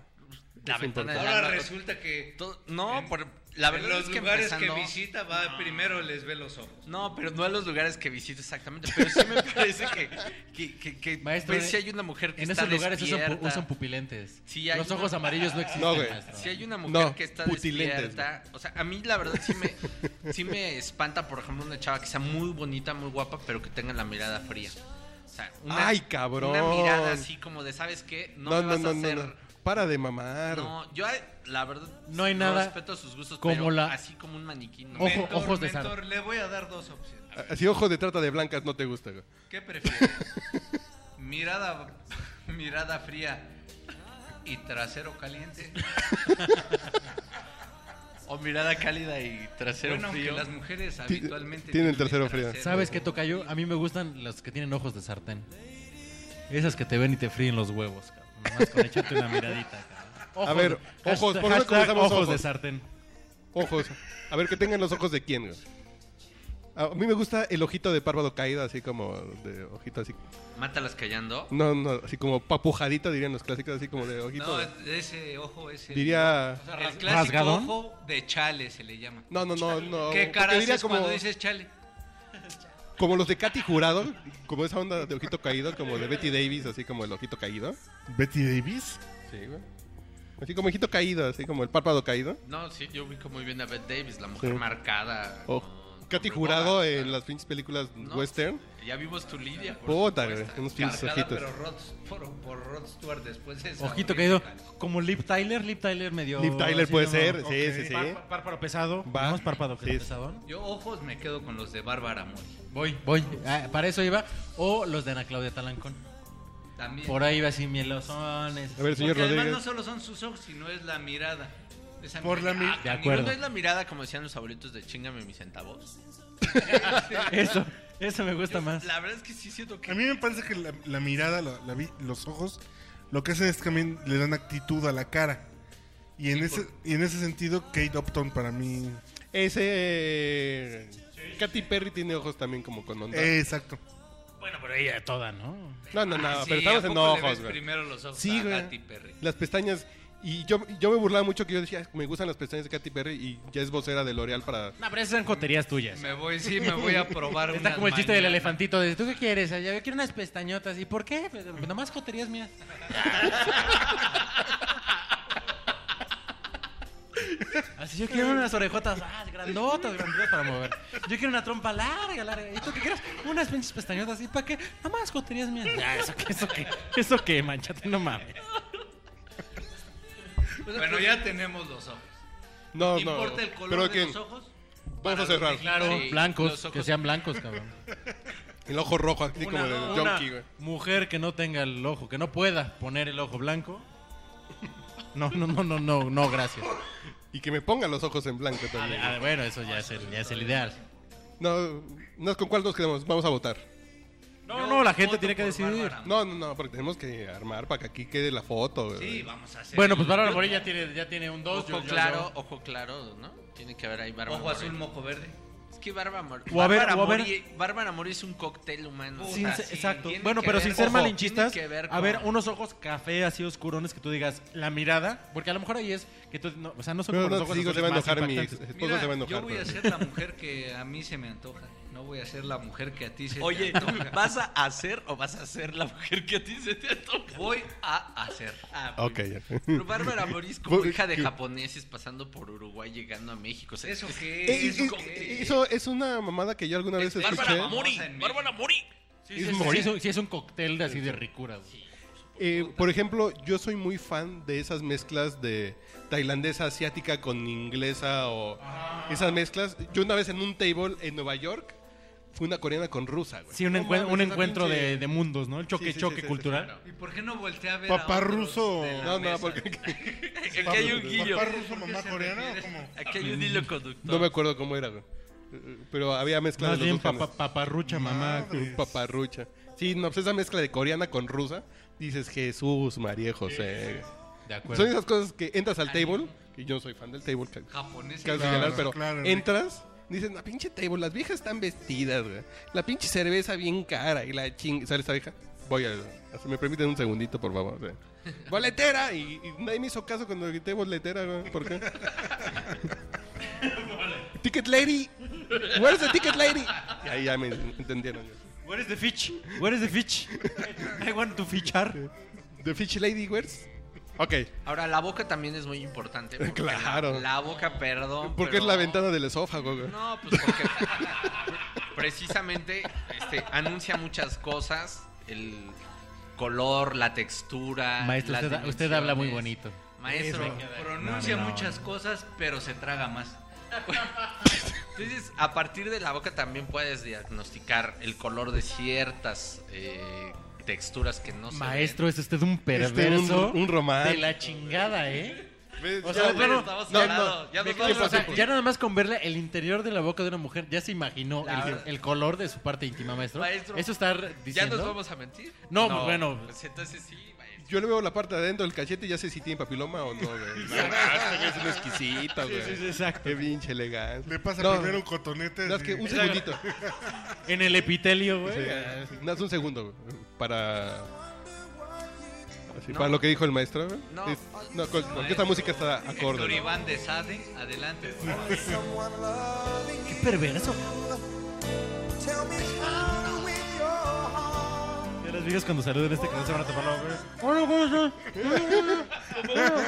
Speaker 6: la ventana del
Speaker 3: Ahora
Speaker 6: alma.
Speaker 3: resulta que
Speaker 6: Todo- No,
Speaker 3: en-
Speaker 6: por la
Speaker 3: en
Speaker 6: verdad
Speaker 3: los
Speaker 6: es que
Speaker 3: lugares
Speaker 6: empezando-
Speaker 3: que visita va primero les ve los ojos.
Speaker 6: No, pero no a los lugares que visito exactamente. Pero sí me parece que, que, que, que
Speaker 4: Maestro, eh,
Speaker 6: ves Pues, si hay una mujer que
Speaker 4: En
Speaker 6: está
Speaker 4: esos lugares usan, pu-
Speaker 6: despierta.
Speaker 4: usan pupilentes.
Speaker 6: Sí, hay
Speaker 4: Los
Speaker 6: una-
Speaker 4: ojos amarillos no existen,
Speaker 2: No, güey.
Speaker 4: maestro.
Speaker 6: Si hay una mujer
Speaker 2: No,
Speaker 6: que está
Speaker 2: putilentes,
Speaker 6: despierta, o sea, a mí la verdad sí me, sí me espanta, por ejemplo, una chava que sea muy bonita, muy guapa, pero que tenga la mirada fría. O sea, una,
Speaker 2: Ay, cabrón.
Speaker 6: una mirada así como de, ¿sabes qué? No, me vas a hacer... No,
Speaker 2: Para de mamar.
Speaker 6: yo eh, la verdad
Speaker 4: No hay nada
Speaker 6: respeto sus gustos,
Speaker 4: como
Speaker 6: pero
Speaker 4: la-
Speaker 6: así como un maniquín. ¿no?
Speaker 4: Ojo, ojos de
Speaker 3: mentor,
Speaker 4: Sara.
Speaker 3: le voy a dar dos opciones.
Speaker 2: Así ojo de trata de blancas no te gusta, güey.
Speaker 3: ¿Qué prefieres? mirada mirada fría y trasero caliente.
Speaker 6: O mirada cálida y trasero
Speaker 3: bueno, aunque
Speaker 6: frío.
Speaker 3: las mujeres habitualmente
Speaker 2: tienen el trasero frío.
Speaker 4: ¿Sabes qué toca yo? A mí me gustan las que tienen ojos de sartén. Esas que te ven y te fríen los huevos, cabrón. Nomás con echarte una miradita, cabrón.
Speaker 2: A ver, ojos, ¿por dónde
Speaker 4: hashtag
Speaker 2: comenzamos
Speaker 4: ojos,
Speaker 2: ojos?
Speaker 4: de sartén.
Speaker 2: Ojos. A ver, que tengan los ojos de quién, güey. A mí me gusta el ojito de párpado caído, así como de ojito así.
Speaker 6: Mátalas callando.
Speaker 2: No, no, así como papujadito dirían los clásicos, así como de ojito.
Speaker 3: No,
Speaker 2: de-
Speaker 3: ese ojo es el,
Speaker 2: diría.
Speaker 3: o sea, el clásico
Speaker 4: ¿Rasgadón?
Speaker 3: ojo de chale se le llama.
Speaker 2: No, no, no, no.
Speaker 3: ¿Qué
Speaker 2: porque
Speaker 3: cara
Speaker 2: diría
Speaker 3: haces
Speaker 2: como,
Speaker 3: cuando dices chale?
Speaker 2: como los de Katy Jurado, como esa onda de ojito caído, como de Betty Davis, así como el ojito caído.
Speaker 1: ¿Betty Davis?
Speaker 2: Sí, güey. Así como ojito caído, así como el párpado caído.
Speaker 6: No, sí, yo ubico muy bien a Bette Davis, la mujer
Speaker 2: Sí.
Speaker 6: marcada.
Speaker 2: O
Speaker 6: con-
Speaker 2: Katy
Speaker 6: con
Speaker 2: Jurado
Speaker 6: rubor,
Speaker 2: en
Speaker 6: claro.
Speaker 2: las pinches películas
Speaker 6: No,
Speaker 2: western.
Speaker 6: sí, Ya vimos tu Lidia. por
Speaker 2: Puta,
Speaker 6: supuesto.
Speaker 2: güey, unos pinches
Speaker 3: Cargada,
Speaker 2: ojitos.
Speaker 3: pero Rod, por, por Rod Stewart después de esa
Speaker 4: Ojito
Speaker 3: horrible
Speaker 4: caído.
Speaker 3: canción.
Speaker 4: Como Lip Tyler, Lip Tyler medio.
Speaker 2: Liv Tyler
Speaker 4: así
Speaker 2: puede
Speaker 4: como-
Speaker 2: ser, sí,
Speaker 1: ok.
Speaker 2: sí, sí.
Speaker 4: Párpa- Párpado pesado.
Speaker 2: Va.
Speaker 4: Vamos, párpado
Speaker 2: Sí.
Speaker 4: pesado.
Speaker 3: Yo ojos me quedo con los de Bárbara Mori.
Speaker 4: Voy, voy. Ah, para eso iba. O los de Ana Claudia Talancón.
Speaker 3: También.
Speaker 4: Por ahí iba así mielosones.
Speaker 2: A ver, señor
Speaker 3: Porque además
Speaker 2: Rodríguez.
Speaker 3: no solo son sus ojos, sino es la mirada. Esa
Speaker 1: Por la mi-
Speaker 3: mirada.
Speaker 4: De
Speaker 6: Ah,
Speaker 4: acuerdo.
Speaker 6: ¿No es la mirada como decían los abuelitos de chingame mis centavos?
Speaker 4: Eso, eso me gusta más.
Speaker 6: La verdad es que sí siento que...
Speaker 1: A mí me parece que la, la mirada, la- la vi- los ojos, lo que hacen es que también le dan actitud a la cara. Y en, ese, y en ese sentido, Kate Upton para mí.
Speaker 2: Ese. eh, Katy Perry tiene ojos también como con onda.
Speaker 1: Eh, exacto.
Speaker 4: Bueno, pero ella toda, ¿no?
Speaker 2: no, no, no,
Speaker 3: Ah, sí,
Speaker 2: pero
Speaker 3: ¿a
Speaker 2: estamos en
Speaker 3: poco le
Speaker 2: ojos,
Speaker 3: ves
Speaker 2: güey.
Speaker 3: Primero los ojos
Speaker 2: Sí,
Speaker 3: a
Speaker 2: güey.
Speaker 3: Katy Perry.
Speaker 2: Las pestañas. Y yo, yo me burlaba mucho que yo decía, me gustan las pestañas de Katy Perry y ya es vocera de L'Oreal para.
Speaker 4: No, pero esas son joterías tuyas.
Speaker 3: Me voy, sí, me voy a probar
Speaker 4: Está
Speaker 3: unas
Speaker 4: como el chiste del
Speaker 3: mañana.
Speaker 4: elefantito de ¿tú qué quieres? Allá, yo quiero unas pestañotas. ¿Y por qué? Pues, nomás joterías mías. Así yo quiero unas orejotas ah, grandotas, grandotas para mover. Yo quiero una trompa larga, larga. ¿Y tú qué quieres? Unas pinches pestañotas. ¿Y para qué? Nomás joterías mías. Ah, eso qué, eso qué, eso qué, manchate, no mames.
Speaker 3: Bueno, ya tenemos los ojos.
Speaker 2: No, no.
Speaker 3: ¿Importa el color
Speaker 2: pero
Speaker 3: de
Speaker 2: que
Speaker 3: los ojos?
Speaker 2: vamos a cerrar.
Speaker 4: Claro,
Speaker 6: Sí, los
Speaker 4: blancos,
Speaker 6: ojos.
Speaker 4: que sean blancos, cabrón.
Speaker 2: El ojo rojo, así como de
Speaker 4: Una-
Speaker 2: Donkey, güey.
Speaker 4: Mujer que no tenga el ojo, que no pueda poner el ojo blanco. No, no, no, no, no, no, gracias.
Speaker 2: Y que me pongan los ojos en blanco
Speaker 4: A ver,
Speaker 2: también.
Speaker 4: a ver, Ah, bueno, eso ya es el, ya es el ideal.
Speaker 2: No, no, ¿con cuál nos quedamos? Vamos a votar.
Speaker 4: No,
Speaker 3: Yo
Speaker 4: no, la gente
Speaker 3: voto
Speaker 4: tiene que
Speaker 3: por
Speaker 4: decidir.
Speaker 3: Bárbara Mori.
Speaker 2: No, no, no, porque tenemos que armar para que aquí quede la foto, güey.
Speaker 3: Sí, vamos a hacer.
Speaker 4: Bueno,
Speaker 3: el-
Speaker 4: pues Bárbara Morilla ya tiene, ya tiene un 2.
Speaker 6: Ojo claro, ojo claro, ¿no? Tiene que haber ahí Bárbara
Speaker 3: Ojo azul,
Speaker 6: Mori.
Speaker 3: mojo verde.
Speaker 6: Es que Bárbara Mori...
Speaker 4: O a ver,
Speaker 6: Bárbara
Speaker 4: o a ver-
Speaker 6: Mori- Bárbara Mori es un cóctel humano.
Speaker 3: Sin-
Speaker 6: O sea,
Speaker 3: sí,
Speaker 4: exacto.
Speaker 3: tiene
Speaker 4: Bueno,
Speaker 3: que
Speaker 4: pero
Speaker 3: ver-
Speaker 4: sin ser
Speaker 6: ojo,
Speaker 4: malinchistas,
Speaker 6: tiene que ver
Speaker 4: a ver,
Speaker 6: con-
Speaker 4: unos ojos café así oscurones que tú digas la mirada, porque a lo mejor ahí es que tú, no, o sea, no son
Speaker 2: Pero
Speaker 4: como los
Speaker 2: no,
Speaker 4: ojos
Speaker 2: te digo, se
Speaker 4: azules
Speaker 2: va a
Speaker 4: más
Speaker 2: enojar mi ex-
Speaker 4: impactantes.
Speaker 2: esposo,
Speaker 3: Mira,
Speaker 2: se va a enojar.
Speaker 3: yo voy a
Speaker 2: pero-
Speaker 3: ser la mujer que a mí se me antoja. No voy a ser la mujer que a ti se te
Speaker 6: Oye,
Speaker 3: antoja.
Speaker 6: ¿vas a hacer o vas a ser la mujer que a ti se te antoja?
Speaker 3: Voy a hacer.
Speaker 6: Ah,
Speaker 2: Ok,
Speaker 6: muy
Speaker 2: ya.
Speaker 6: bien. Pero Bárbara Mori es como hija de japoneses pasando por Uruguay llegando a México. O sea,
Speaker 3: ¿Eso
Speaker 6: es-
Speaker 3: qué?
Speaker 2: Eh,
Speaker 3: ¿Eso
Speaker 2: eh,
Speaker 3: qué?
Speaker 2: eh, Eso ¿eh? es una mamada que yo alguna vez
Speaker 3: Es Bárbara
Speaker 2: escuché.
Speaker 6: Bárbara Mori,
Speaker 3: Famosa en México.
Speaker 6: Bárbara Mori.
Speaker 4: Sí, sí,
Speaker 2: Es
Speaker 4: sí,
Speaker 2: morir.
Speaker 4: sí, es un- sí, es un cóctel de así de ricura. güey.
Speaker 2: Eh, por ejemplo, yo soy muy fan de esas mezclas de tailandesa asiática con inglesa o esas mezclas. Yo una vez en un table en Nueva York fue una coreana con rusa, güey.
Speaker 4: Sí, un,
Speaker 2: No
Speaker 4: encuen-
Speaker 2: mames,
Speaker 4: un
Speaker 2: pues esa
Speaker 4: encuentro
Speaker 2: pinche-
Speaker 4: de, de mundos, ¿no? El choque,
Speaker 2: Sí, sí,
Speaker 4: choque
Speaker 2: sí, sí,
Speaker 4: cultural.
Speaker 3: ¿Y por qué no voltea a ver
Speaker 1: Papá
Speaker 3: a otros
Speaker 1: ruso.
Speaker 3: de la
Speaker 2: No, no,
Speaker 3: mesa?
Speaker 2: porque
Speaker 6: Aquí hay un guillo.
Speaker 1: ¿Papá ruso,
Speaker 3: ¿Por qué
Speaker 1: mamá
Speaker 3: se
Speaker 1: coreana o
Speaker 3: refiere?
Speaker 1: cómo?
Speaker 6: Aquí hay un hilo
Speaker 2: no me
Speaker 6: conductor.
Speaker 2: acuerdo cómo era, güey. Eh, Pero había mezcla
Speaker 4: Más
Speaker 2: de
Speaker 4: bien
Speaker 2: los dos
Speaker 4: papa- paparrucha, mamá.
Speaker 2: géneros. Paparrucha. Sí, no, pues esa mezcla de coreana con rusa, dices Jesús, María José.
Speaker 4: De
Speaker 2: Son esas cosas que entras al table, que yo no soy fan del table, ca-
Speaker 3: Japonés.
Speaker 2: casi
Speaker 1: Claro,
Speaker 2: ganar, pero
Speaker 1: claro, güey.
Speaker 2: entras, dicen, la pinche table, las viejas están vestidas, güey. La pinche cerveza bien cara y la ching... ¿Sale esta vieja? Voy a... si me permiten un segundito, por favor. güey. ¡Boletera! Y, y nadie me hizo caso cuando grité boletera, güey. ¿Por qué? ¡Ticket lady! ¡Where's the ticket lady! Y ahí ya me entendieron. güey.
Speaker 4: Where is the fish? Where is the fish? I want to fichar.
Speaker 2: ¿The fish lady where's? Ok.
Speaker 6: Ahora, la boca también es muy importante. porque
Speaker 2: Claro.
Speaker 6: La, la boca, perdón.
Speaker 2: Porque
Speaker 6: pero-
Speaker 2: es la ventana del esófago, güey.
Speaker 6: No, pues porque precisamente este, anuncia muchas cosas. El color, la textura.
Speaker 4: Maestro,
Speaker 6: las
Speaker 4: usted, usted habla muy
Speaker 6: dimensiones.
Speaker 4: bonito.
Speaker 6: Maestro,
Speaker 3: Pero pronuncia
Speaker 4: No, no, no.
Speaker 3: muchas cosas, pero se traga más.
Speaker 6: Entonces, a partir de la boca también puedes diagnosticar el color de ciertas eh, texturas que no se
Speaker 4: Maestro, es usted un
Speaker 2: Este,
Speaker 4: perverso.
Speaker 2: un, un
Speaker 4: de
Speaker 2: román.
Speaker 4: la chingada, ¿eh?
Speaker 2: ¿Ves?
Speaker 4: O
Speaker 2: Ya,
Speaker 4: sea,
Speaker 2: güey,
Speaker 4: bueno,
Speaker 2: estamos
Speaker 6: no,
Speaker 2: hablando.
Speaker 6: no, ya nos
Speaker 2: Ve-
Speaker 6: vamos
Speaker 2: ve-
Speaker 6: a
Speaker 4: O sea,
Speaker 6: sentir.
Speaker 4: ya nada más con verle el interior de la boca de una mujer, ya se imaginó
Speaker 6: La
Speaker 4: el,
Speaker 6: verdad.
Speaker 4: el color de su parte íntima, maestro.
Speaker 6: Maestro,
Speaker 4: Eso está
Speaker 6: ven. ¿Ya
Speaker 4: diciendo.
Speaker 6: nos vamos a mentir?
Speaker 4: No, pues, bueno.
Speaker 6: Pues entonces sí, maestro.
Speaker 2: Yo le veo la parte de adentro del cachete y ya sé si tiene papiloma o no, güey. No, es un exquisito, güey.
Speaker 4: Sí, sí, exacto.
Speaker 2: Qué pinche elegante.
Speaker 1: Le pasa
Speaker 2: No,
Speaker 1: primero un cotonete.
Speaker 2: no, es que
Speaker 1: y-
Speaker 2: un segundito.
Speaker 4: En el epitelio, güey.
Speaker 2: No, es un segundo, güey, Para. así, Para lo que dijo el maestro, güey.
Speaker 6: No.
Speaker 2: Es- no, con- porque esta música está acorde.
Speaker 3: Héctor
Speaker 2: güey.
Speaker 3: Iván de Sade, adelante. por favor.
Speaker 7: Someone loving
Speaker 4: Qué
Speaker 7: you.
Speaker 4: perverso.
Speaker 7: Tell me how with your heart.
Speaker 4: Ya las viejas cuando saluden este canal se van a tapar la boca.
Speaker 8: Como-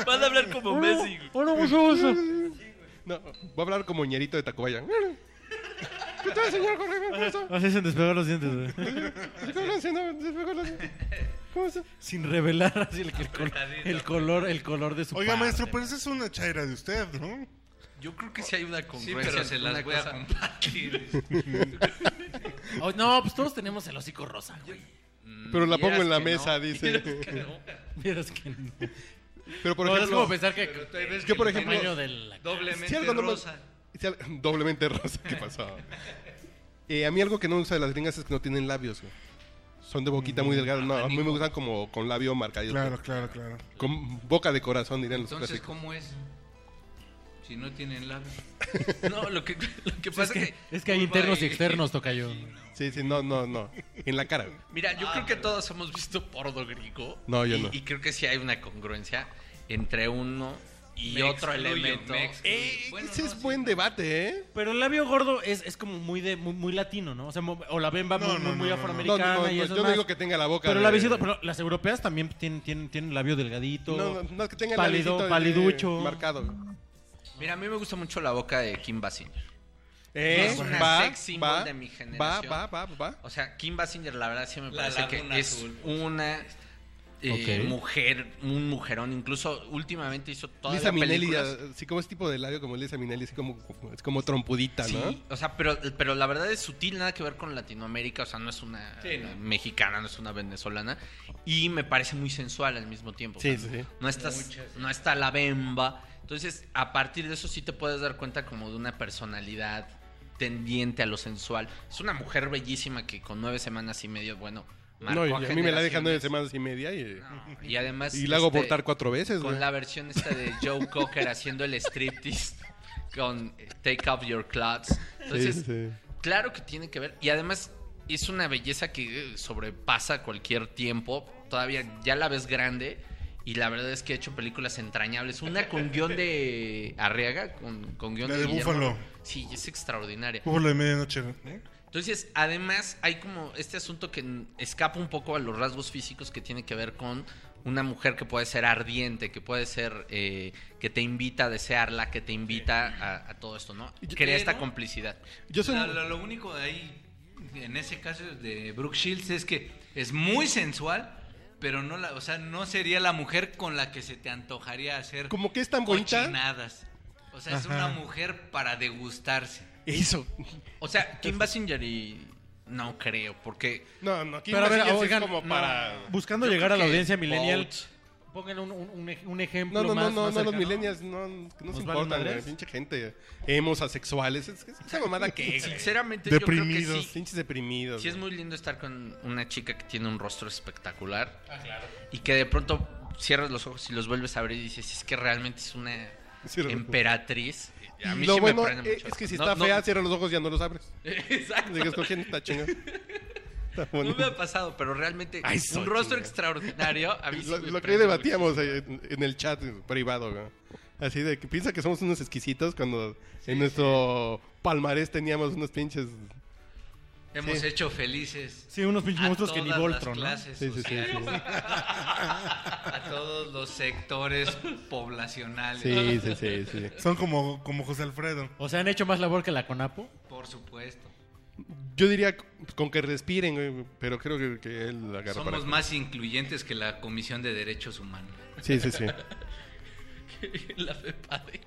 Speaker 8: van a hablar como Messi. güey.
Speaker 2: No, voy a hablar como ñerito de Tacubaya. ¿Qué tal, señor Correa?
Speaker 4: Así se despegó los dientes, güey.
Speaker 2: ¿Cómo se
Speaker 4: Sin revelar así el, el col- el color, el color de su
Speaker 1: Oiga,
Speaker 4: parte.
Speaker 1: maestro, pero esa es una chaira de usted, ¿no?
Speaker 6: Yo creo que sí hay una
Speaker 3: Sí,
Speaker 6: congruencia.
Speaker 3: pero se
Speaker 6: entre
Speaker 3: las
Speaker 6: una
Speaker 3: voy a
Speaker 6: cosa-
Speaker 3: compartir.
Speaker 4: Oh, no, pues todos tenemos el hocico rosa, güey.
Speaker 2: Pero la
Speaker 6: Vieras
Speaker 2: pongo en la
Speaker 6: que
Speaker 2: mesa,
Speaker 6: no,
Speaker 2: dice.
Speaker 6: vieras que no.
Speaker 4: Vieras que no.
Speaker 2: Pero por
Speaker 4: No, es como
Speaker 2: ejemplo,
Speaker 4: pensar que
Speaker 3: ves
Speaker 2: yo por
Speaker 4: el
Speaker 2: ejemplo,
Speaker 4: tamaño de la
Speaker 3: Doblemente
Speaker 2: Si algo no me-
Speaker 3: rosa.
Speaker 2: si al- doblemente rosa, ¿qué pasó? Eh, a mí algo que no me gusta de las gringas es que no tienen labios, güey. Son de boquita muy delgada. No, a mí me gustan como con labio marcadito.
Speaker 1: Claro, claro, claro.
Speaker 2: Con boca de corazón, dirían los
Speaker 3: Entonces,
Speaker 2: clásicos.
Speaker 3: ¿cómo es? Si no tienen labios.
Speaker 8: No, lo que, lo que pasa es que.
Speaker 4: Es que hay internos y externos, toca yo.
Speaker 2: Sí, sí, no, no, no. En la cara, güey.
Speaker 6: Mira,
Speaker 3: Ah,
Speaker 6: yo creo que todos hemos visto porno griego.
Speaker 2: No, yo
Speaker 6: y,
Speaker 2: no.
Speaker 6: Y creo que sí hay una congruencia entre uno y
Speaker 3: Me
Speaker 6: otro
Speaker 3: excluyo,
Speaker 6: elemento.
Speaker 3: me excluyo.
Speaker 2: Eh,
Speaker 3: Bueno,
Speaker 2: ese
Speaker 3: no,
Speaker 2: es
Speaker 3: sí,
Speaker 2: buen debate, ¿eh?
Speaker 4: Pero el labio gordo es, es como muy de muy, muy latino, ¿no? O sea, mo- o la bemba
Speaker 1: No,
Speaker 4: muy,
Speaker 1: no,
Speaker 4: muy, muy
Speaker 1: no, no, no.
Speaker 2: No,
Speaker 4: afroamericana
Speaker 2: no, no,
Speaker 4: y
Speaker 2: no,
Speaker 4: eso
Speaker 2: yo no
Speaker 4: más.
Speaker 2: digo que tenga la boca.
Speaker 4: Pero,
Speaker 2: de-
Speaker 4: la visita- pero las europeas también tienen, tienen, tienen labio delgadito.
Speaker 2: No, no, no, que tenga
Speaker 4: Pálido,
Speaker 2: el labicito de-
Speaker 4: paliducho.
Speaker 2: Marcado. güey.
Speaker 6: Mira, a mí me gusta mucho la boca de Kim Basinger.
Speaker 2: Eh,
Speaker 6: Es una
Speaker 2: va,
Speaker 6: sex symbol
Speaker 2: va,
Speaker 6: de mi
Speaker 2: va,
Speaker 6: generación.
Speaker 2: va, va, va.
Speaker 6: O sea, Kim Basinger, la verdad, sí me
Speaker 3: La
Speaker 6: parece que
Speaker 3: Laguna
Speaker 6: es
Speaker 3: Azul.
Speaker 6: una eh,
Speaker 4: Ok.
Speaker 6: mujer, un mujerón. Incluso últimamente hizo todas
Speaker 2: Lisa
Speaker 6: las
Speaker 2: Minelli,
Speaker 6: películas.
Speaker 2: ah, sí, como ese tipo de labio como Lisa Minelli, así como, como- es como trompudita,
Speaker 6: Sí,
Speaker 2: ¿no?
Speaker 6: o sea, pero, pero la verdad es sutil, nada que ver con Latinoamérica, o sea, no es una
Speaker 3: Sí, no.
Speaker 6: mexicana, no es una venezolana, y me parece muy sensual al mismo tiempo.
Speaker 2: Sí,
Speaker 6: o sea,
Speaker 2: sí, sí.
Speaker 6: No, estás, no está la bemba, entonces a partir de eso sí te puedes dar cuenta como de una personalidad tendiente a lo sensual. Es una mujer bellísima que con nueve semanas y medio, bueno, marcó
Speaker 2: No, y a mí me la dejan nueve
Speaker 6: generaciones.
Speaker 2: semanas y media y,
Speaker 6: No, y además...
Speaker 2: y la hago
Speaker 6: este,
Speaker 2: abortar cuatro veces, güey.
Speaker 6: con la versión esta de Joe Cocker haciendo el striptease con eh, Take Off Your Clothes. Entonces,
Speaker 2: sí.
Speaker 6: claro que tiene que ver. Y además es una belleza que eh, sobrepasa cualquier tiempo. Todavía ya la ves grande. Y la verdad es que he hecho películas entrañables. Una con guión de Arriaga, con, con guión
Speaker 1: La
Speaker 6: de,
Speaker 1: de
Speaker 6: Guillermo.
Speaker 1: Búfalo.
Speaker 6: Sí, es extraordinaria.
Speaker 1: Pueblo de medianoche, ¿no?
Speaker 6: Entonces, además, hay como este asunto que n- escapa un poco a los rasgos físicos que tiene que ver con una mujer que puede ser ardiente, que puede ser, eh, que te invita a desearla, que te invita a, a todo esto, ¿no?
Speaker 2: Yo-
Speaker 6: Crea esta
Speaker 3: pero-
Speaker 6: complicidad.
Speaker 2: Yo soy...
Speaker 3: La- la- lo único de ahí, en ese caso de Brooke Shields, es que es muy sensual, pero no la, o sea, no sería la mujer con la que se te antojaría hacer
Speaker 2: Como que es tan bonita.
Speaker 3: cochinadas. O sea, es una mujer para degustarse.
Speaker 2: Eso.
Speaker 6: O sea, Kim Basinger y... No creo, porque...
Speaker 2: No, no, aquí
Speaker 4: Pero a ver,
Speaker 2: sí es
Speaker 4: oigan,
Speaker 2: como
Speaker 4: no.
Speaker 2: para...
Speaker 4: Buscando
Speaker 6: Yo
Speaker 4: llegar
Speaker 6: creo
Speaker 4: a la
Speaker 6: que
Speaker 4: audiencia millennial,
Speaker 6: Bolt-
Speaker 4: pongan un, un- un ej- un ejemplo
Speaker 2: No, no, no,
Speaker 4: más-
Speaker 2: no,
Speaker 4: más
Speaker 2: no, los
Speaker 4: cercano.
Speaker 2: millennials no, no se
Speaker 4: vale
Speaker 2: importan,
Speaker 4: madres?
Speaker 2: güey, pinche gente. Hemos asexuales, es, es esa mamada que...
Speaker 6: Sinceramente, yo creo que
Speaker 1: Deprimidos.
Speaker 6: sí,
Speaker 2: Pinches deprimidos.
Speaker 6: Sí es
Speaker 2: güey.
Speaker 6: muy lindo estar con una chica que tiene un rostro espectacular.
Speaker 4: Ah,
Speaker 6: Y que de pronto cierras los ojos y los vuelves a abrir y dices, es que realmente es una
Speaker 2: Sí, lo-
Speaker 6: emperatriz.
Speaker 2: Y
Speaker 6: A mí
Speaker 2: lo
Speaker 6: sí
Speaker 2: bueno e,
Speaker 6: me prende
Speaker 2: es,
Speaker 6: mucho.
Speaker 2: es que si
Speaker 6: No,
Speaker 2: está
Speaker 6: no-
Speaker 2: fea, cierra los ojos y ya no los abres.
Speaker 6: Exacto.
Speaker 2: Digas, ¿con quién está chingado? Está
Speaker 6: No
Speaker 2: bonito.
Speaker 6: me ha pasado, pero realmente
Speaker 2: Ay, soy
Speaker 6: un rostro
Speaker 2: chingada.
Speaker 6: extraordinario. A mí sí
Speaker 2: lo,
Speaker 6: me
Speaker 2: lo que
Speaker 6: prende
Speaker 2: debatíamos eh, en, en el chat privado, güey. Así de que piensa que somos unos exquisitos cuando en nuestro palmarés teníamos unos pinches.
Speaker 3: Hemos
Speaker 2: Sí.
Speaker 3: hecho felices.
Speaker 4: Sí, unos pinches
Speaker 3: a
Speaker 4: monstruos que ni
Speaker 3: todas las
Speaker 4: Voltron, ¿no?
Speaker 3: clases
Speaker 2: Sí, sí, sí, sí.
Speaker 3: sociales, A todos los sectores poblacionales.
Speaker 2: Sí, sí, sí, sí.
Speaker 1: Son como, como José Alfredo.
Speaker 4: O sea, han hecho más labor que la Conapo.
Speaker 3: Por supuesto.
Speaker 2: Yo diría con que respiren, güey, pero creo que, que él agarra para.
Speaker 3: Somos más incluyentes que la Comisión de Derechos Humanos.
Speaker 2: Sí, sí, sí.
Speaker 6: mucho. La FEPADE.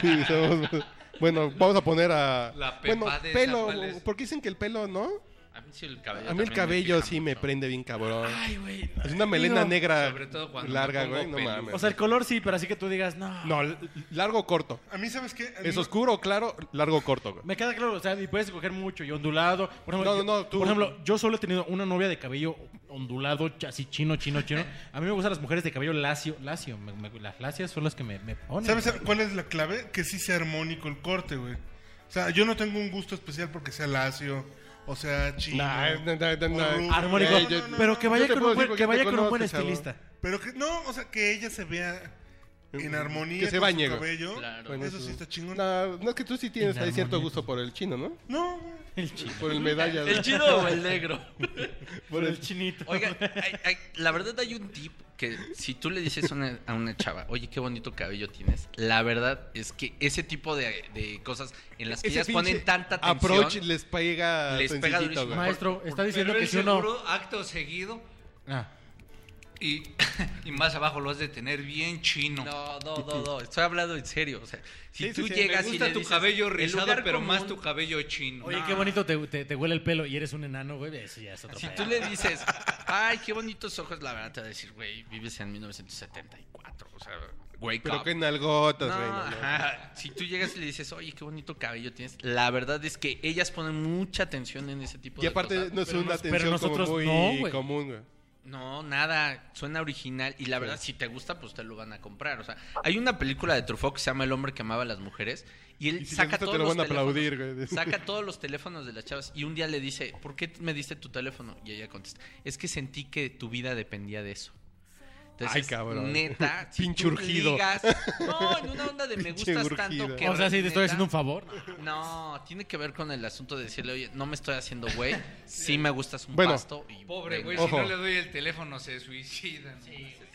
Speaker 2: Sí, somos- Bueno, vamos a poner a.
Speaker 3: La
Speaker 2: bueno,
Speaker 3: pepade esa,
Speaker 2: pelo.
Speaker 3: ¿cuál es?
Speaker 2: Porque dicen que el pelo, ¿no?
Speaker 6: A mí sí el cabello.
Speaker 2: A mí el
Speaker 6: también
Speaker 2: cabello
Speaker 6: fija
Speaker 2: sí me
Speaker 6: mucho.
Speaker 2: prende bien cabrón.
Speaker 6: Ay, güey.
Speaker 2: Es una melena
Speaker 1: no.
Speaker 2: negra
Speaker 3: Sobre todo cuando me
Speaker 2: larga,
Speaker 3: pongo
Speaker 2: güey. No
Speaker 3: peludo.
Speaker 2: mames.
Speaker 4: O sea, el color sí, pero así que tú digas, no.
Speaker 2: no, l- largo o corto.
Speaker 1: A mí, ¿sabes qué? A mí
Speaker 2: Es
Speaker 1: me-
Speaker 2: oscuro o claro, largo o corto, güey.
Speaker 4: Me queda claro, o sea, y puedes escoger mucho y ondulado. Por ejemplo,
Speaker 2: No, no, no,
Speaker 4: yo,
Speaker 2: tú-
Speaker 4: por ejemplo, yo solo he tenido una novia de cabello ondulado, ch- así chino, chino, chino. A mí me gustan las mujeres de cabello lacio, lacio. Me- me- las lacias son las que me, me ponen.
Speaker 1: ¿Sabes cuál es la clave? Que sí sea armónico el corte, güey. O sea, yo no tengo un gusto especial porque sea lacio, o sea chino.
Speaker 2: Nah, nah, nah, nah,
Speaker 1: o
Speaker 2: nah.
Speaker 1: rubio.
Speaker 4: Armónico.
Speaker 1: No, no, no, no,
Speaker 4: pero
Speaker 1: no.
Speaker 4: que
Speaker 2: Yo
Speaker 4: vaya
Speaker 2: te
Speaker 4: con
Speaker 2: puedo
Speaker 4: un buen,
Speaker 2: decir porque
Speaker 4: que
Speaker 2: te
Speaker 4: vaya con un
Speaker 2: conozco,
Speaker 4: buen
Speaker 2: cabrón.
Speaker 4: estilista.
Speaker 1: Pero que no, o sea, que ella se vea en armonía
Speaker 2: que se
Speaker 1: con
Speaker 2: bañe,
Speaker 1: su
Speaker 2: güey.
Speaker 1: cabello.
Speaker 8: Claro.
Speaker 2: Bueno,
Speaker 1: eso sí está chingón.
Speaker 2: No, no es que tú sí tienes
Speaker 4: En
Speaker 2: ahí cierto
Speaker 4: armonía.
Speaker 2: gusto por el chino, ¿no?
Speaker 1: No, güey.
Speaker 4: El chino.
Speaker 2: Por el medalla.
Speaker 8: ¿El chido o el negro?
Speaker 2: por el
Speaker 4: chinito.
Speaker 6: Oiga, hay- hay- la verdad hay un tip que si tú le dices a una, a una chava, oye, qué bonito cabello tienes, la verdad es que ese tipo de, de cosas en las que ellas ponen tanta
Speaker 2: Approach
Speaker 6: atención,
Speaker 2: les pega.
Speaker 6: les pega
Speaker 2: sencillito,
Speaker 6: durísimo.
Speaker 2: güey.
Speaker 4: Maestro, está diciendo
Speaker 3: Pero
Speaker 4: que
Speaker 3: él
Speaker 4: si uno.
Speaker 3: seguro, acto seguido,
Speaker 4: Ah,
Speaker 3: y, y más abajo lo has de tener bien chino.
Speaker 6: No, no, no, no, estoy hablando en serio. O sea, si
Speaker 2: Sí, sí,
Speaker 6: tú
Speaker 2: sí,
Speaker 3: Me
Speaker 6: llegas y
Speaker 3: gusta
Speaker 6: le
Speaker 3: tu
Speaker 6: dices,
Speaker 3: cabello
Speaker 6: "El
Speaker 3: rizado,
Speaker 6: lugar
Speaker 3: pero más
Speaker 6: común".
Speaker 3: tu cabello chino.
Speaker 4: Oye, qué bonito te, te- te huele el pelo y eres un enano, güey. Eso ya es otro
Speaker 6: Si
Speaker 4: pedo.
Speaker 6: tú le dices, ay, qué bonitos ojos, la verdad te va a decir, güey, vives en 1974. O sea, wake
Speaker 2: Pero
Speaker 6: up.
Speaker 2: que nalgotas,
Speaker 6: No,
Speaker 2: güey. no, no.
Speaker 6: ajá. Si tú llegas y le dices, oye, qué bonito cabello tienes, la verdad es que ellas ponen mucha atención en ese tipo
Speaker 2: Y
Speaker 6: de
Speaker 2: aparte
Speaker 6: cosas.
Speaker 2: no es
Speaker 4: Pero
Speaker 2: una
Speaker 4: nos- pero
Speaker 2: atención
Speaker 4: nosotros
Speaker 2: como muy
Speaker 4: no, güey.
Speaker 2: común, güey.
Speaker 6: No, nada, suena original y la verdad si te gusta pues te lo van a comprar, o sea, hay una película de Truffaut que se llama El hombre que amaba a las mujeres y él
Speaker 2: Y si te
Speaker 6: saca
Speaker 2: gusta, te
Speaker 6: todos
Speaker 2: lo
Speaker 6: los
Speaker 2: van a
Speaker 6: teléfonos,
Speaker 2: aplaudir, güey.
Speaker 6: saca todos los teléfonos de las chavas y un día le dice, "¿Por qué me diste tu teléfono?" y ella contesta, "Es que sentí que tu vida dependía de eso." Entonces,
Speaker 2: Ay, cabrón.
Speaker 6: neta, si
Speaker 2: Pinche
Speaker 6: tú
Speaker 2: urgido.
Speaker 6: ligas- no, en una onda de me
Speaker 2: Pinche
Speaker 6: gustas
Speaker 2: urgido.
Speaker 6: tanto que
Speaker 4: o sea, si te estoy
Speaker 6: neta-
Speaker 4: haciendo un favor.
Speaker 6: No, tiene que ver con el asunto de decirle, "Oye, no me estoy haciendo güey, sí me gustas un
Speaker 2: Bueno.
Speaker 6: pasto." Y
Speaker 3: Pobre
Speaker 6: venga.
Speaker 3: güey,
Speaker 2: Ojo.
Speaker 3: si no le doy el teléfono se suicida. ¿no?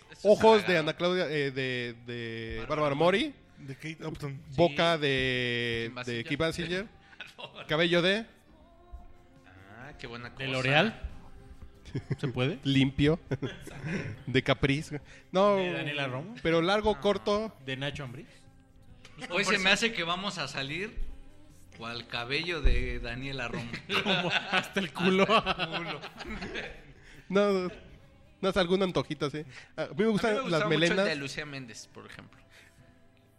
Speaker 3: Pues,
Speaker 2: Ojos de Ana Claudia, eh, de, de Bárbara Mori.
Speaker 1: De Kate Upton.
Speaker 2: Boca de,
Speaker 6: Kim
Speaker 2: de
Speaker 6: Basinger.
Speaker 2: Kim Basinger. Cabello de
Speaker 6: Ah, qué buena cosa.
Speaker 4: ¿De L'Oreal? ¿Se puede?
Speaker 2: limpio. de Capriz. No.
Speaker 4: ¿De Daniela Romo?
Speaker 2: Pero largo, corto.
Speaker 4: ¿De Nacho Ambriz?
Speaker 3: Hoy pues, se me hace que vamos a salir cual cabello de Daniela Romo.
Speaker 4: Como hasta el culo.
Speaker 2: No. No es algún antojito así. A mí me gustan
Speaker 6: A mí me gustaba
Speaker 2: las
Speaker 6: mucho el
Speaker 2: melenas.
Speaker 6: de Lucía Méndez, por ejemplo.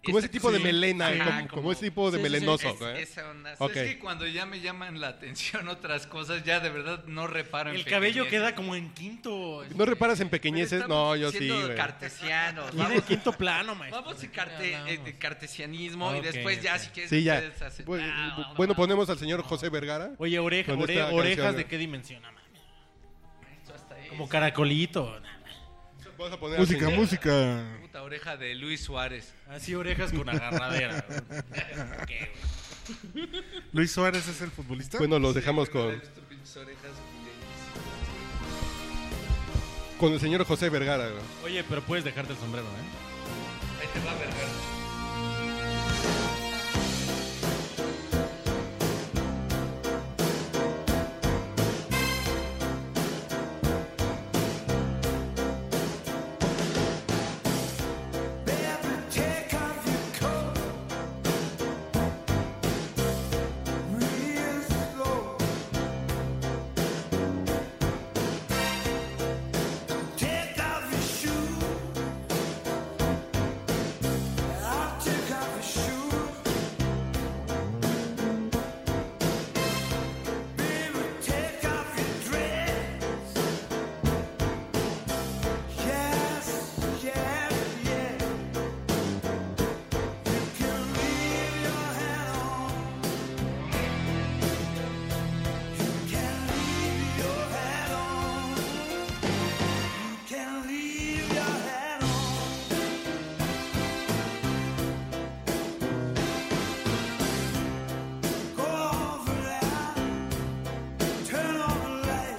Speaker 2: Como
Speaker 6: Esa-
Speaker 2: ese tipo de
Speaker 6: sí. Ah,
Speaker 2: melena,
Speaker 6: Ajá,
Speaker 2: como, como ese tipo de ¿eh?
Speaker 4: sí, sí, sí.
Speaker 2: melenoso.
Speaker 6: es-
Speaker 2: güey.
Speaker 6: esa onda.
Speaker 2: Ok.
Speaker 3: Es que cuando ya me llaman la atención otras cosas, ya de verdad no reparo en
Speaker 4: El cabello
Speaker 3: pequeñeces.
Speaker 4: queda como en quinto.
Speaker 2: ¿No reparas en
Speaker 6: Pero
Speaker 2: pequeñeces?
Speaker 6: estamos
Speaker 2: No, yo sí,
Speaker 6: siendo
Speaker 2: güey.
Speaker 6: cartesianos.
Speaker 4: Tiene
Speaker 6: Vamos,
Speaker 4: quinto plano, maestro.
Speaker 6: vamos en carte-
Speaker 4: hablamos?
Speaker 6: eh, de cartesianismo
Speaker 4: Ok,
Speaker 6: y después ya
Speaker 4: ok.
Speaker 6: si quieres
Speaker 2: Sí, ya.
Speaker 6: ustedes hacen-
Speaker 2: Bu-
Speaker 6: Ah,
Speaker 2: bu- Bueno, ponemos al señor José Vergara.
Speaker 4: Oye, oreja,
Speaker 2: Con
Speaker 4: ore-
Speaker 2: esta
Speaker 4: orejas
Speaker 2: canción,
Speaker 4: de
Speaker 2: ¿no?
Speaker 4: qué dimensión, ah, mami?
Speaker 6: esto hasta ahí.
Speaker 4: Como caracolito.
Speaker 2: Vamos a poner al
Speaker 1: Música,
Speaker 2: señor-
Speaker 1: música.
Speaker 3: Puta oreja de Luis Suárez.
Speaker 4: Así orejas con agarradera.
Speaker 1: Luis Suárez es el futbolista.
Speaker 2: Bueno, los dejamos
Speaker 3: Bueno,
Speaker 2: con,
Speaker 3: de tus pinches orejas,
Speaker 2: con el señor José Vergara. güey.
Speaker 4: Oye, pero puedes dejarte el sombrero, ¿eh?
Speaker 3: Ahí te va a vergar.
Speaker 7: Take off your coat, real slow. Take off your shoes. I'll take off your shoes. Baby, take off your dress. Yes, yes, yes. Turn on the light.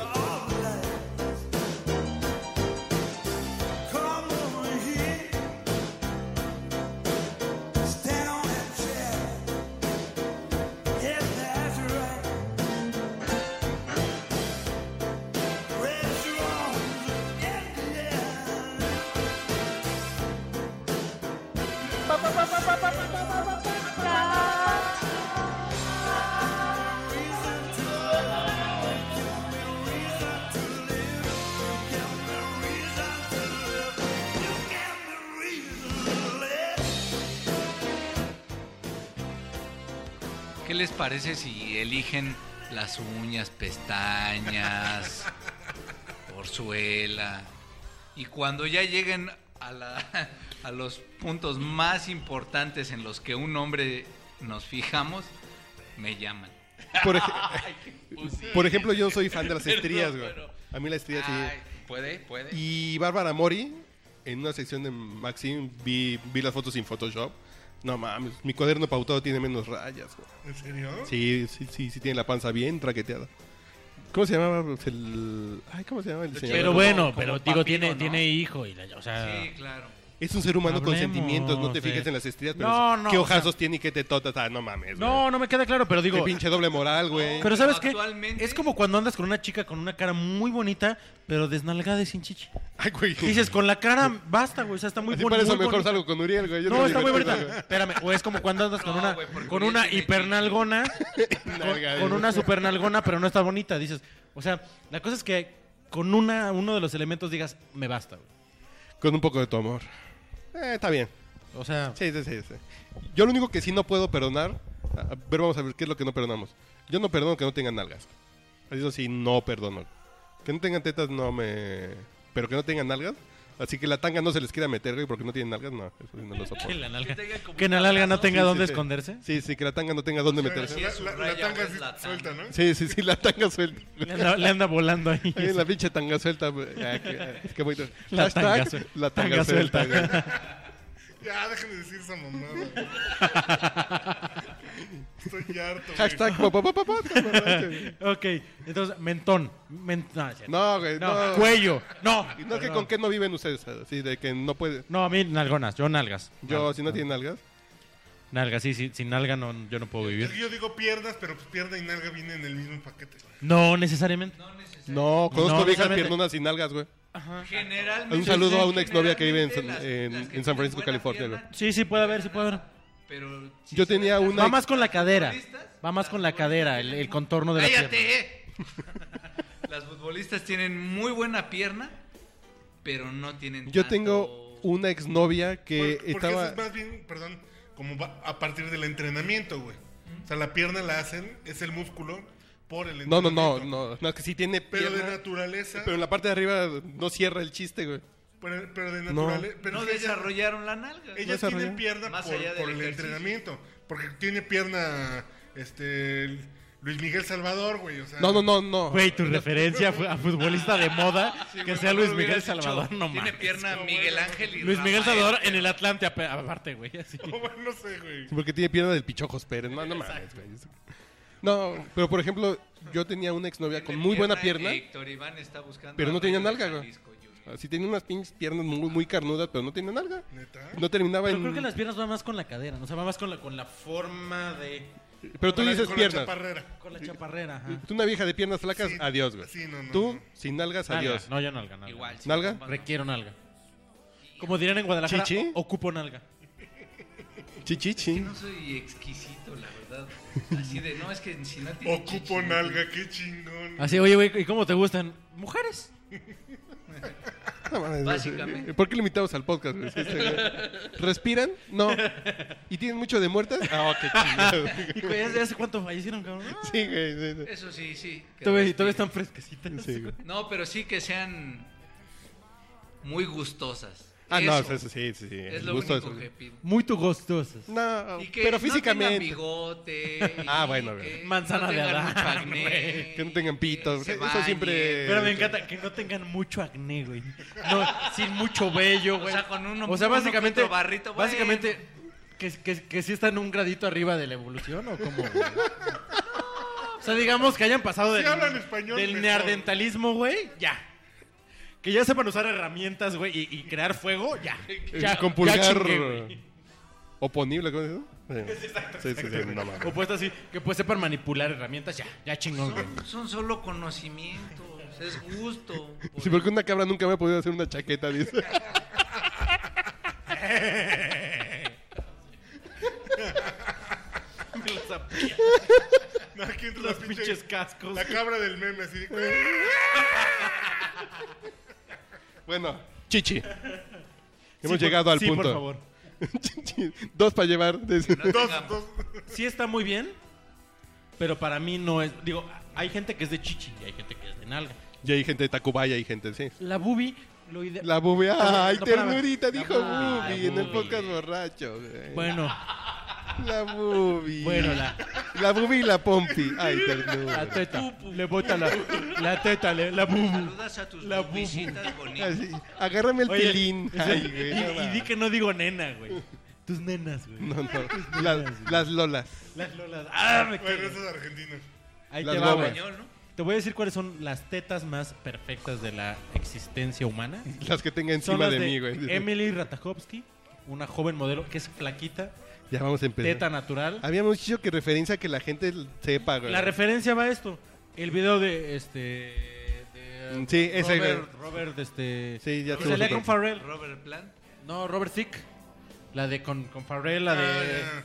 Speaker 7: All the light. Come over here, stand on that chair. Yes, that's right. Raise your arms in the
Speaker 3: ¿Qué les parece si eligen las uñas, pestañas, orzuela? Y cuando ya lleguen a, la- a los puntos más importantes en los que un hombre nos fijamos, me llaman.
Speaker 2: Por, ej-
Speaker 6: Pues
Speaker 2: por ejemplo, yo soy fan de las estrías, güey. A mí la estría sí.
Speaker 6: Ay, puede, puede.
Speaker 2: Y Bárbara Mori en una sección de Maxim vi, vi las fotos sin Photoshop. No mames, mi cuaderno pautado tiene menos rayas, güey.
Speaker 1: ¿En serio?
Speaker 2: Sí, sí, sí, sí tiene la panza bien traqueteada. ¿Cómo se llamaba pues, el... Ay, ¿cómo se llamaba el señor?
Speaker 4: Pero
Speaker 6: como-
Speaker 4: bueno,
Speaker 6: como
Speaker 4: pero
Speaker 6: papino,
Speaker 4: digo, tiene,
Speaker 6: ¿no?
Speaker 4: tiene hijo y la- o sea,
Speaker 3: Sí, claro.
Speaker 2: Es un ser humano con
Speaker 4: Hablemos
Speaker 2: sentimientos, no te
Speaker 4: de-
Speaker 2: fijes en las estrellas, pero
Speaker 4: No, no,
Speaker 2: qué
Speaker 4: o
Speaker 2: ojazos tiene y qué tetotas. Ah, no mames, güey.
Speaker 4: No, no me queda claro, pero digo,
Speaker 2: Qué pinche doble moral, güey.
Speaker 4: pero ¿sabes qué?
Speaker 3: Actualmente-
Speaker 4: Es como cuando andas con una chica con una cara muy bonita, pero desnalgada y sin chichi.
Speaker 2: Ay, güey.
Speaker 4: Dices, con la cara basta, güey, o sea, está muy
Speaker 2: Así
Speaker 4: bonita.
Speaker 2: para eso mejor salgo con Uriel, güey. Yo
Speaker 4: No,
Speaker 2: me
Speaker 4: está muy
Speaker 2: divierto,
Speaker 4: bonita. Espérame, o es como cuando andas con
Speaker 3: No,
Speaker 4: una
Speaker 3: güey, porque
Speaker 4: con
Speaker 3: Uriel
Speaker 4: una
Speaker 3: tiene
Speaker 4: hipernalgona,
Speaker 2: güey.
Speaker 4: con,
Speaker 2: Nalga,
Speaker 4: con
Speaker 2: güey.
Speaker 4: una supernalgona, pero no está bonita, dices. O sea, la cosa es que con una uno de los elementos digas, me basta, güey.
Speaker 2: Con un poco de tu amor. Eh, está bien.
Speaker 4: O sea,
Speaker 2: Sí, sí, sí, sí. Yo lo único que sí no puedo perdonar, a- a ver, vamos a ver qué es lo que no perdonamos. Yo no perdono que no tengan nalgas. Eso sí, no perdono. Que no tengan tetas no me... Pero que no tengan nalgas. Así que la tanga no se les quiera meter, güey, porque no tienen nalgas, no. Eso sí no lo soporto.
Speaker 4: que la nalga,
Speaker 3: tenga como
Speaker 4: que
Speaker 3: un
Speaker 4: la nalga no
Speaker 3: abrazo.
Speaker 4: tenga
Speaker 2: Sí,
Speaker 4: dónde
Speaker 2: sí, sí.
Speaker 4: esconderse.
Speaker 2: Sí, sí, que la tanga no tenga dónde meterse.
Speaker 1: La,
Speaker 3: es
Speaker 1: la-
Speaker 3: un
Speaker 1: la
Speaker 3: rayo,
Speaker 1: tanga
Speaker 3: es
Speaker 1: sí
Speaker 3: la tanga.
Speaker 1: suelta, ¿no?
Speaker 2: Sí, sí, sí, la tanga suelta.
Speaker 4: Le anda, le anda volando ahí.
Speaker 2: Ahí en la pinche tanga suelta. güey. Ah, qué- es que bonito.
Speaker 4: La
Speaker 2: Hashtag,
Speaker 4: tanga suel-
Speaker 2: La tanga,
Speaker 4: tanga
Speaker 2: suelta.
Speaker 4: suelta.
Speaker 2: güey.
Speaker 1: Ya, dejen de decir esa mamada. güey. Estoy harto, güey.
Speaker 2: Hashtag pa- pa- pa- pa- pa- pa-
Speaker 4: Ok, entonces, mentón. men- no, es cierto.
Speaker 2: No, güey,
Speaker 4: No,
Speaker 2: no.
Speaker 4: cuello. No.
Speaker 2: Y no es que
Speaker 4: Perdón.
Speaker 2: con qué no viven ustedes, así de que no puede.
Speaker 4: No, a mí nalgonas, yo nalgas.
Speaker 1: Ah,
Speaker 2: Yo, si no tienen nalgas.
Speaker 4: Nalgas, sí, sí, sin nalga no, yo no puedo
Speaker 1: Es
Speaker 4: vivir.
Speaker 1: que yo digo piernas, pero pues pierna y nalga vienen en el mismo paquete.
Speaker 4: No necesariamente.
Speaker 2: No, conozco
Speaker 4: No,
Speaker 2: viejas
Speaker 4: solamente-
Speaker 2: piernonas sin nalgas, güey.
Speaker 3: Generalmente.
Speaker 2: Un saludo a una exnovia
Speaker 3: novia
Speaker 2: que vive en San- en- en San Francisco, California, güey.
Speaker 4: Sí, sí, puede haber, sí puede haber.
Speaker 3: Pero. si
Speaker 2: Yo
Speaker 3: son
Speaker 2: tenía
Speaker 3: las-
Speaker 2: una.
Speaker 4: Va más con la cadera.
Speaker 3: futbolistas,
Speaker 4: Va más con la
Speaker 3: las
Speaker 4: cadera, el,
Speaker 3: futbolistas
Speaker 4: el contorno de la
Speaker 3: ¡Cállate!
Speaker 4: pierna.
Speaker 3: eh! las futbolistas tienen muy buena pierna, pero no tienen.
Speaker 2: Yo
Speaker 3: tanto-
Speaker 2: tengo una exnovia que
Speaker 1: Por- porque eso
Speaker 2: estaba.
Speaker 1: es más bien, perdón, como va a partir del entrenamiento, güey. O sea, la pierna la hacen, es el músculo por el
Speaker 2: No, no,
Speaker 1: entrenamiento.
Speaker 2: no, no. No, es que sí tiene
Speaker 1: Pero de
Speaker 2: pierna,
Speaker 1: naturaleza.
Speaker 2: Pero en la parte de arriba no cierra el chiste, güey.
Speaker 1: Pero, pero de naturaleza. Pero
Speaker 3: no
Speaker 1: es que ellas-
Speaker 3: desarrollaron la nalga.
Speaker 1: Ellas
Speaker 2: desarrolló.
Speaker 1: tienen pierna
Speaker 3: Más
Speaker 1: por,
Speaker 3: allá del
Speaker 1: por el
Speaker 3: ejercicio.
Speaker 1: entrenamiento. Porque tiene pierna este el Luis Miguel Salvador, güey. O sea,
Speaker 2: No, no, no, no.
Speaker 4: Güey, tu referencia fu- a futbolista de moda, que sea Luis Miguel Salvador, no
Speaker 3: Tiene
Speaker 4: mames.
Speaker 3: pierna Miguel Ángel y
Speaker 4: Luis Miguel
Speaker 3: Rafael.
Speaker 4: Salvador en el Atlante, apa- aparte, güey. así.
Speaker 1: No, bueno, no sé, güey.
Speaker 2: Sí, Porque tiene pierna del Pichojos Pérez. No, no mames, güey. No, pero por ejemplo, yo tenía una exnovia
Speaker 3: Tiene
Speaker 2: con muy buena pierna.
Speaker 3: Héctor Iván está buscando.
Speaker 2: Pero
Speaker 3: a
Speaker 2: no tenía
Speaker 3: Reyes
Speaker 2: nalga, güey.
Speaker 3: Jalisco Jr.
Speaker 2: Así tenía unas pinches piernas muy, muy carnudas, pero no tenía nalga.
Speaker 1: ¿Neta?
Speaker 2: No terminaba
Speaker 4: Pero
Speaker 2: en.
Speaker 4: creo que las piernas van más con la cadera, ¿no? o sea, va más con la, con la forma de...
Speaker 2: Pero tú
Speaker 1: Con la-
Speaker 2: dices
Speaker 1: con la
Speaker 2: piernas.
Speaker 1: chaparrera.
Speaker 4: Con la chaparrera, ajá.
Speaker 2: Tú una vieja de piernas flacas,
Speaker 1: Sí.
Speaker 2: adiós, güey.
Speaker 1: Sí, no, no,
Speaker 2: Tú
Speaker 1: no.
Speaker 2: sin nalgas,
Speaker 4: Nalga.
Speaker 2: adiós.
Speaker 4: No, yo nalga, nalga.
Speaker 6: Igual. sí,
Speaker 2: ¿Nalga?
Speaker 6: compa-
Speaker 4: Requiero nalga. Como dirían en Guadalajara,
Speaker 2: ¿Chichi?
Speaker 4: o- ocupo nalga.
Speaker 2: Chichichi.
Speaker 3: No soy exquisito, la verdad. Así de, no, es que si no tiene
Speaker 1: Ocupo
Speaker 3: chichi,
Speaker 1: nalga, qué chingón.
Speaker 4: Así, oye, güey, ¿y cómo te gustan? Mujeres.
Speaker 2: No mames, güey.
Speaker 3: Básicamente.
Speaker 2: ¿Por qué limitamos al podcast? güey? Este, güey. ¿Respiran? No. ¿Y tienen mucho de muertas? Ah,
Speaker 4: oh,
Speaker 2: ok, chingado.
Speaker 4: ¿Y cu- ya- ya hace cuánto fallecieron, cabrón?
Speaker 2: Sí, güey. sí, sí.
Speaker 3: Eso sí, sí. que
Speaker 4: Todavía,
Speaker 3: respire.
Speaker 4: todavía están fresquecitas.
Speaker 2: Sí, güey.
Speaker 3: No, pero sí que sean muy gustosas.
Speaker 2: Ah,
Speaker 3: eso,
Speaker 2: no, eso sí, sí, sí.
Speaker 3: Es
Speaker 2: El
Speaker 3: lo
Speaker 2: gusto
Speaker 3: único
Speaker 2: es-
Speaker 3: que pido.
Speaker 4: Muy tu gustosas.
Speaker 2: No,
Speaker 3: Y que
Speaker 2: pero
Speaker 3: no
Speaker 2: físicamente.
Speaker 3: tengan bigote. y
Speaker 2: Ah, bueno,
Speaker 3: que
Speaker 2: güey.
Speaker 4: Manzana de
Speaker 3: tengan
Speaker 4: Adán,
Speaker 3: mucho acné,
Speaker 4: güey.
Speaker 2: Que no tengan pitos.
Speaker 3: se
Speaker 2: Eso
Speaker 3: bañen.
Speaker 2: siempre-
Speaker 4: Pero me encanta que no tengan mucho acné, güey. No, sin mucho vello, güey.
Speaker 3: O sea, con uno-
Speaker 4: O sea,
Speaker 3: uno
Speaker 4: básicamente.
Speaker 3: que otro barrito, bueno.
Speaker 4: Básicamente, que, que, que sí están un gradito arriba de la evolución, ¿o cómo, güey? O sea, digamos que hayan pasado del,
Speaker 1: hablan español,
Speaker 4: del
Speaker 1: mejor.
Speaker 4: neardentalismo, güey, ya. Que ya sepan usar herramientas, güey, y, y crear fuego, ya.
Speaker 2: Eh,
Speaker 4: Ya-
Speaker 2: con
Speaker 4: ya
Speaker 2: pulgar
Speaker 4: chingué, güey.
Speaker 2: oponible, ¿cómo se llama? Sí. Sí, sí, sí, no mames.
Speaker 4: O puesto así, que pues sepan manipular herramientas, ya, ya chingón, güey.
Speaker 3: Son, son solo conocimientos, es gusto.
Speaker 2: Sí, porque una cabra nunca había podido hacer una chaqueta, dice.
Speaker 1: No, aquí entra
Speaker 4: Los
Speaker 1: la pinche-
Speaker 4: pinches cascos.
Speaker 1: La cabra del meme, así de.
Speaker 2: Bueno, chichi.
Speaker 4: Sí,
Speaker 2: Hemos
Speaker 4: por-
Speaker 2: llegado al
Speaker 4: sí,
Speaker 2: punto.
Speaker 4: por favor.
Speaker 2: Chichi. Dos para llevar. dice.
Speaker 3: No
Speaker 1: Dos,
Speaker 3: tengan-
Speaker 1: dos.
Speaker 4: Sí está muy bien, pero para mí no es... Digo, hay gente que es de chichi y hay gente que es de nalga.
Speaker 2: Y hay gente de Tacubaya, hay gente, sí.
Speaker 4: La bubi, lo ideal...
Speaker 2: La bubia. Ay,
Speaker 4: No, espérame.
Speaker 2: ternurita,
Speaker 4: La
Speaker 2: dijo
Speaker 4: bubi, la
Speaker 2: Bubi en el
Speaker 4: bubi.
Speaker 2: podcast borracho. güey.
Speaker 4: Bueno,
Speaker 2: La bubi.
Speaker 4: Bueno, la,
Speaker 2: La bubi y la pompi. Ay,
Speaker 4: la
Speaker 2: ternura.
Speaker 4: teta. Le bota la, la teta, le- la bubu.
Speaker 3: Saludas a tus
Speaker 4: La bubu.
Speaker 3: visitas bonitas.
Speaker 2: Así, Agárrame el
Speaker 4: Oye,
Speaker 2: pelín. Ay,
Speaker 4: y,
Speaker 2: güey, no
Speaker 4: y di
Speaker 2: mames.
Speaker 4: que no digo nena, güey. Tus nenas, güey.
Speaker 2: No, no. Las, las lolas.
Speaker 4: Las lolas. ¡Ah, me
Speaker 1: Bueno,
Speaker 4: cago!
Speaker 1: eso es argentino.
Speaker 4: Ahí
Speaker 2: Las
Speaker 4: te va, güey.
Speaker 2: guaguas.
Speaker 3: Español, ¿no?
Speaker 4: Te voy a decir cuáles son las tetas más perfectas de la existencia humana.
Speaker 2: Las que tenga
Speaker 4: Son
Speaker 2: encima
Speaker 4: las
Speaker 2: de,
Speaker 4: de,
Speaker 2: mí, güey.
Speaker 4: Emily Ratajkowski, una joven modelo que es flaquita,
Speaker 2: Ya vamos a empezar.
Speaker 4: teta natural.
Speaker 2: Habíamos dicho que referencia que la gente sepa, güey.
Speaker 4: La referencia va a esto. El video de este. de
Speaker 2: Mm, Sí, ese, güey.
Speaker 4: Robert, Robert, este.
Speaker 2: Sí, ya
Speaker 4: que
Speaker 2: tuvo
Speaker 4: salía
Speaker 2: su
Speaker 4: con Farrell.
Speaker 3: Robert Plant.
Speaker 4: No, Robert Thicke. La de con, con Farrell, la de.
Speaker 1: Ah,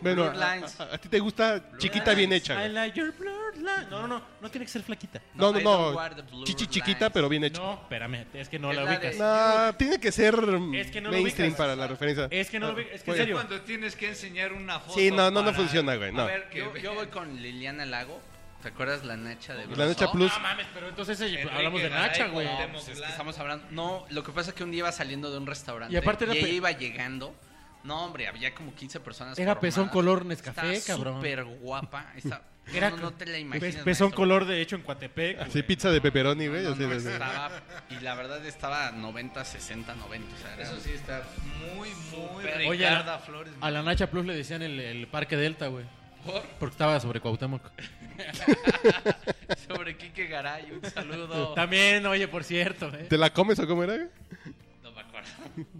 Speaker 2: Bueno,
Speaker 6: Blue
Speaker 2: a,
Speaker 6: Lines.
Speaker 2: a- a ti te gusta chiquita bien hecha.
Speaker 4: I
Speaker 2: güey.
Speaker 4: like your bloodline. No, no, no. No tiene que ser flaquita.
Speaker 2: No, no,
Speaker 6: I don't
Speaker 2: no.
Speaker 6: wear the blue
Speaker 2: Chichi
Speaker 6: lines.
Speaker 2: chiquita, pero bien hecha.
Speaker 4: No, espérame. Es que no
Speaker 6: Es
Speaker 4: la
Speaker 6: la
Speaker 4: ubicas.
Speaker 6: de-
Speaker 2: No, tiene que ser mm,
Speaker 4: Es que no lo
Speaker 2: mainstream
Speaker 4: ubicas.
Speaker 2: para la referencia.
Speaker 4: Es que no lo ubicas. Es que en
Speaker 2: Ah, Oye,
Speaker 4: serio.
Speaker 3: Cuando tienes que enseñar una foto.
Speaker 2: Sí, no, no, no
Speaker 3: para-
Speaker 2: funciona, güey, no.
Speaker 3: A ver, que
Speaker 6: Yo, yo voy con Liliana Lago. ¿Te acuerdas la Nacha de
Speaker 2: La Nacha
Speaker 6: Broso?
Speaker 2: Plus.
Speaker 4: No mames, pero entonces ese-
Speaker 3: Enrique
Speaker 4: hablamos de
Speaker 3: Garay,
Speaker 4: Nacha, güey.
Speaker 3: Cuauhtémoc
Speaker 6: Pues es que
Speaker 3: Blanco.
Speaker 6: estamos hablando. No, lo que pasa es que un día iba saliendo de un restaurante.
Speaker 4: Y aparte era
Speaker 6: ella
Speaker 4: pe-
Speaker 6: iba llegando. No, hombre, había como 15 personas.
Speaker 4: Era
Speaker 6: formadas.
Speaker 4: pezón color Nescafé,
Speaker 6: Estaba
Speaker 4: cabrón.
Speaker 6: Súper guapa. Está...
Speaker 4: Era
Speaker 6: no, no, no te la imaginas.
Speaker 4: Pes- Pezón
Speaker 6: maestro.
Speaker 4: color, de hecho, en Coatepec.
Speaker 2: Así
Speaker 4: güey.
Speaker 2: pizza de pepperoni, güey.
Speaker 6: No,
Speaker 2: así
Speaker 6: no,
Speaker 2: de-
Speaker 6: estaba, y la verdad estaba 90, 60, 90. O sea, era-
Speaker 3: Eso sí está muy, muy
Speaker 6: Súper.
Speaker 4: Oye, a
Speaker 3: Ricarda
Speaker 4: la-
Speaker 3: Flores.
Speaker 4: A la Nacha Plus le decían el, el Parque Delta, güey. Porque estaba sobre Cuauhtémoc.
Speaker 6: Sobre Quique Garay, un saludo.
Speaker 4: También, oye, por cierto, eh.
Speaker 2: ¿Te la comes o cómo era? güey?
Speaker 6: No me acuerdo.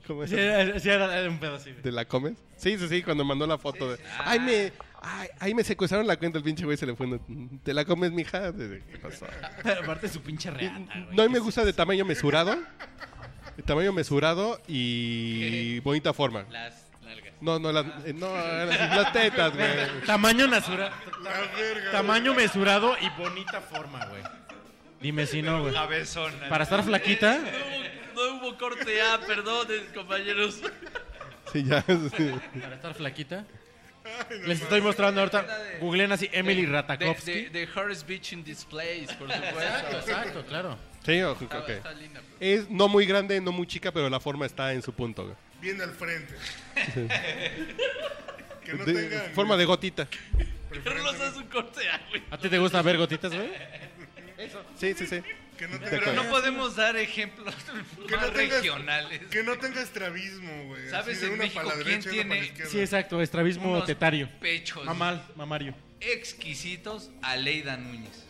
Speaker 2: ¿Cómo
Speaker 4: Sí,
Speaker 2: era?
Speaker 4: era, sí, era- era un pedo así, güey.
Speaker 2: ¿Te la comes? Sí, sí, sí, cuando mandó la foto de. Ay, me. Ay, ay, me secuestraron la cuenta, el pinche güey se le fue. no, ¿Te la comes, mija? ¿Qué pasó?
Speaker 4: Aparte su pinche reata, güey.
Speaker 2: No, a mí me gusta de tamaño mesurado. De tamaño mesurado y bonita forma.
Speaker 6: Las largas.
Speaker 2: No, no, las, eh, no, las, las tetas, güey.
Speaker 4: Tamaño nasura-
Speaker 1: la verga.
Speaker 4: Tamaño mesurado y bonita forma, güey. Dime si no, güey.
Speaker 3: Cabezona.
Speaker 4: Para estar flaquita,
Speaker 6: No hubo corte A, perdón, compañeros.
Speaker 2: Sí, ya. sí.
Speaker 4: Para estar flaquita. Les estoy mostrando ahorita. Googleen así Emily
Speaker 6: De,
Speaker 4: Ratajkowski.
Speaker 6: de, de Horace Beach in Displays, por supuesto.
Speaker 4: Exacto, claro.
Speaker 2: Sí, o-
Speaker 6: Estaba-
Speaker 2: ok.
Speaker 6: estaba linda, pero-
Speaker 2: Es no muy grande, no muy chica, pero la forma está en su punto. güey.
Speaker 1: Bien al frente. que no
Speaker 2: De-
Speaker 1: tengan.
Speaker 2: forma de gotita.
Speaker 6: Carlos es un corte A, güey.
Speaker 4: ¿A ti te gusta ver gotitas, güey?
Speaker 2: Sí, sí, sí.
Speaker 1: Que no,
Speaker 2: De
Speaker 1: tengan
Speaker 2: acuerdo.
Speaker 3: No podemos dar ejemplos
Speaker 1: Que no tengas-
Speaker 3: más regionales.
Speaker 1: que no tenga estrabismo, güey.
Speaker 3: ¿Sabes
Speaker 1: así de
Speaker 3: en
Speaker 1: una
Speaker 3: México
Speaker 1: para la
Speaker 3: quién
Speaker 1: derecha y una para la
Speaker 3: tiene-
Speaker 1: izquierda.
Speaker 4: Sí, exacto. Estrabismo
Speaker 3: Unos
Speaker 4: tetario.
Speaker 3: Pechos
Speaker 4: Mamal, mamario.
Speaker 3: exquisitos a Leida Núñez.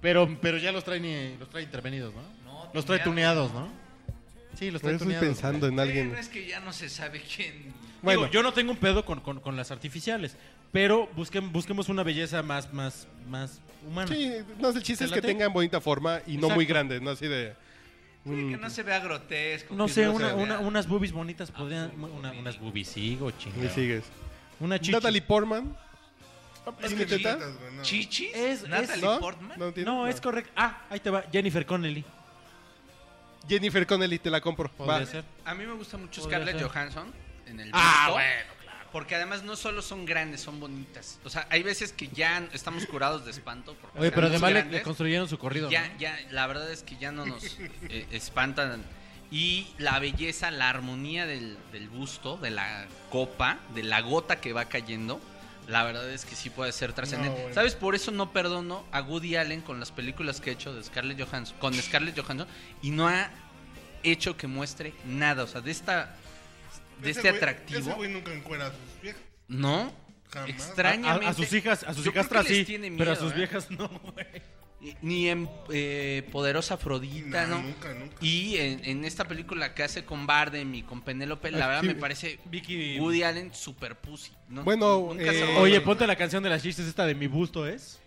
Speaker 4: Pero, pero ya los trae, los trae intervenidos, ¿no?
Speaker 3: No,
Speaker 4: Los trae
Speaker 3: tuneados.
Speaker 4: tuneados, ¿no? Sí, los
Speaker 2: Por
Speaker 4: trae
Speaker 2: eso estoy
Speaker 4: tuneados.
Speaker 2: pensando
Speaker 4: güey.
Speaker 2: en
Speaker 3: Sí,
Speaker 2: alguien.
Speaker 3: no es que ya no se sabe quién.
Speaker 4: Digo,
Speaker 2: Bueno.
Speaker 4: yo no tengo un pedo con, con- con las artificiales, pero busquen- busquemos una belleza más, más, más humana.
Speaker 2: Sí, no sé, el chiste
Speaker 4: ¿Te
Speaker 2: es que
Speaker 4: late?
Speaker 2: tengan bonita forma y no muy
Speaker 4: Exacto.
Speaker 2: grande, no así de.
Speaker 3: Sí, que no se vea grotesco.
Speaker 4: No
Speaker 3: que
Speaker 4: sé,
Speaker 3: se
Speaker 4: una,
Speaker 3: vea-
Speaker 4: una- unas boobies bonitas
Speaker 6: Ah,
Speaker 4: podrían...
Speaker 3: Azul,
Speaker 4: una-
Speaker 3: bonito.
Speaker 4: unas boobies, sí, go,
Speaker 2: Me
Speaker 4: chingado.
Speaker 2: sigues.
Speaker 4: Una chichi.
Speaker 2: Natalie Portman.
Speaker 1: Es
Speaker 2: ¿Tiene
Speaker 1: que
Speaker 2: teta?
Speaker 1: chiquitas, güey, no.
Speaker 3: ¿Chichis?
Speaker 4: Es- es-
Speaker 3: ¿Natalie
Speaker 2: ¿No?
Speaker 3: Portman?
Speaker 2: ¿No, tiene?
Speaker 4: No, es correcto. Ah, ahí te va. Jennifer Connelly.
Speaker 2: Jennifer Connelly, te la compro.
Speaker 4: Podría
Speaker 2: Va.
Speaker 4: ser.
Speaker 6: A mí me gusta mucho
Speaker 4: Podría
Speaker 6: Scarlett
Speaker 4: ser.
Speaker 6: Johansson en el
Speaker 4: Ah,
Speaker 6: busto,
Speaker 4: bueno,
Speaker 6: Porque además no solo son grandes, son bonitas. O sea, hay veces que ya estamos curados de espanto. Porque
Speaker 4: Oye, pero
Speaker 6: estamos
Speaker 4: además le,
Speaker 6: grandes.
Speaker 4: le construyeron su corrido.
Speaker 6: ya,
Speaker 4: ¿no?
Speaker 6: ya, la verdad es que ya no nos eh, espantan. Y la belleza, la armonía del, del busto, de la copa, de la gota que va cayendo, la verdad es que sí puede ser trascendente.
Speaker 1: No, güey.
Speaker 6: ¿Sabes? Por eso no perdono a Woody Allen con las películas que ha hecho de Scarlett Johansson, con Scarlett Johansson y no ha hecho que muestre nada. O sea, de esta. De
Speaker 1: Ese
Speaker 6: este
Speaker 1: güey- Ese
Speaker 6: atractivo.
Speaker 1: güey nunca encuera a sus viejas.
Speaker 6: No.
Speaker 1: Jamás.
Speaker 6: Extrañamente.
Speaker 4: A, a sus hijas, a sus
Speaker 6: Yo creo
Speaker 4: hijas tras
Speaker 6: que les
Speaker 4: sí,
Speaker 6: tiene
Speaker 4: pero a
Speaker 6: miedo,
Speaker 4: sus
Speaker 6: ¿eh?
Speaker 4: viejas no, güey.
Speaker 6: Ni en eh, Poderosa Afrodita,
Speaker 1: No,
Speaker 6: ¿no?
Speaker 1: Nunca, nunca.
Speaker 6: Y en, en esta película que hace con Bardem y con Penélope, la verdad me parece
Speaker 4: Vicky.
Speaker 6: Woody Allen super pussy. ¿no?
Speaker 2: Bueno,
Speaker 6: Nunca se
Speaker 2: eh,
Speaker 6: va a
Speaker 4: Oye,
Speaker 6: volver.
Speaker 4: ponte la canción de las chistes esta de Mi Busto, ¿es?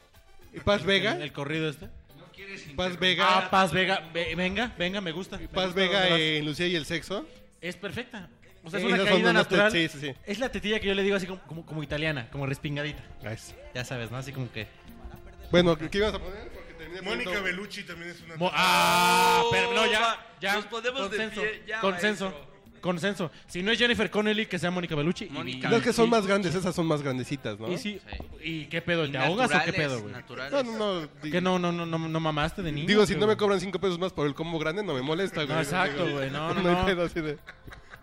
Speaker 2: Paz
Speaker 4: El,
Speaker 2: Vega.
Speaker 4: el corrido este.
Speaker 3: ¿No quieres
Speaker 2: Paz
Speaker 3: interrumpir?
Speaker 2: Vega.
Speaker 4: Ah, Paz Vega. Ve- venga, venga, me gusta. Me
Speaker 2: Paz
Speaker 4: gusta
Speaker 2: Vega
Speaker 4: dónde vas.
Speaker 2: en Lucía y el sexo.
Speaker 4: Es perfecta. O sea, es
Speaker 2: Eh,
Speaker 4: una
Speaker 2: esas son
Speaker 4: caída
Speaker 2: unas te-
Speaker 4: natural.
Speaker 2: sí, sí, sí.
Speaker 4: Es la tetilla que yo le digo así como, como, como italiana, como respingadita.
Speaker 2: Nice.
Speaker 4: Ya sabes, ¿no? Así como que.
Speaker 2: Bueno, ¿qué, qué ibas a poner? Porque terminé
Speaker 1: Mónica
Speaker 2: poniendo-
Speaker 1: Bellucci también es una.
Speaker 4: Mo- ah,
Speaker 6: Oh,
Speaker 4: pero no, ya,
Speaker 6: va.
Speaker 4: ya.
Speaker 6: Nos podemos
Speaker 4: consenso,
Speaker 6: desviar, ya,
Speaker 4: consenso,
Speaker 6: maestro.
Speaker 4: consenso. Si no es Jennifer Connelly, que sea Mónica Bellucci.
Speaker 6: Mónica
Speaker 4: Y-
Speaker 2: No, es que son
Speaker 4: y-
Speaker 2: más grandes, esas son más grandecitas, ¿no?
Speaker 4: Y, sí,
Speaker 6: Sí.
Speaker 4: ¿y qué pedo?
Speaker 6: Y
Speaker 4: ¿Te ahogas o qué
Speaker 6: naturales,
Speaker 4: pedo, güey?
Speaker 6: naturales.
Speaker 2: No, no, no. di-
Speaker 4: Que no, no, no, no, no mamaste de niño.
Speaker 2: Digo, si no me
Speaker 4: güey?
Speaker 2: cobran cinco pesos más por el combo grande, no me molesta, güey.
Speaker 4: No, exacto, güey, no, no,
Speaker 2: hay
Speaker 4: no.
Speaker 2: pedo así de-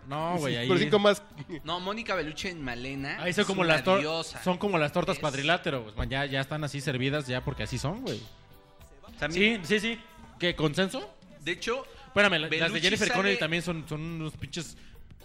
Speaker 4: No, güey, ahí.
Speaker 2: Pero cinco más.
Speaker 6: No, Mónica Bellucci en Malena.
Speaker 4: Ahí son
Speaker 6: es
Speaker 4: Ah, como
Speaker 6: una
Speaker 4: las tor-
Speaker 6: diosa.
Speaker 4: son como las tortas
Speaker 6: Es-
Speaker 4: cuadrilátero, pues, man, ya, ya están así servidas ya porque así son, güey. Sí,
Speaker 6: También-
Speaker 4: sí, sí. ¿Qué consenso?
Speaker 6: De hecho,
Speaker 4: Espérame, la- las de
Speaker 6: Bellucci
Speaker 4: Jennifer
Speaker 6: sale-
Speaker 4: Connelly también son, son unos pinches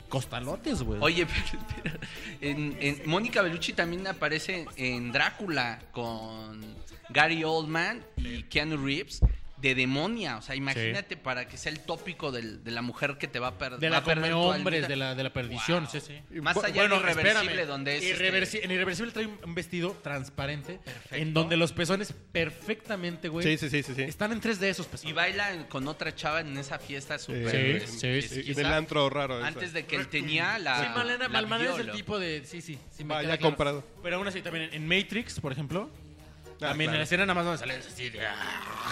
Speaker 4: costalotes, güey.
Speaker 6: Oye, pero, espera, en, en- Mónica Bellucci también aparece en Drácula con Gary Oldman y Keanu Reeves de demonia. O sea, imagínate para que sea el tópico del- de la mujer que te va a, per-
Speaker 4: de
Speaker 6: va
Speaker 4: la
Speaker 6: a perder.
Speaker 4: come
Speaker 6: toda
Speaker 4: hombres,
Speaker 6: vida.
Speaker 4: de la, de la perdición, sí, sí.
Speaker 6: Más
Speaker 2: Bu-
Speaker 6: allá de irreversible, donde es. este,
Speaker 4: Irreversi- En irreversible trae un un vestido transparente en donde los pezones perfectamente, güey.
Speaker 2: Sí, sí, sí, sí. Eh, sí.
Speaker 4: Están en 3D esos
Speaker 6: y
Speaker 4: pezones.
Speaker 6: baila con otra chava en esa fiesta súper.
Speaker 4: Sí,
Speaker 6: es-
Speaker 4: sí,
Speaker 2: Y- y
Speaker 6: esquiza.
Speaker 2: eh, del antro raro. esa.
Speaker 6: Antes de que él tenía la.
Speaker 4: sí, Malena,
Speaker 6: Ah, la
Speaker 4: Malena es el
Speaker 6: violo.
Speaker 4: tipo de. Sí, sí, sí. me
Speaker 2: Ah,
Speaker 4: queda
Speaker 2: ya comprado.
Speaker 4: Pero aún así, también en Matrix, por ejemplo.
Speaker 2: Ah,
Speaker 4: también en
Speaker 2: claro.
Speaker 4: la escena nada más donde sale así. de-
Speaker 6: ah,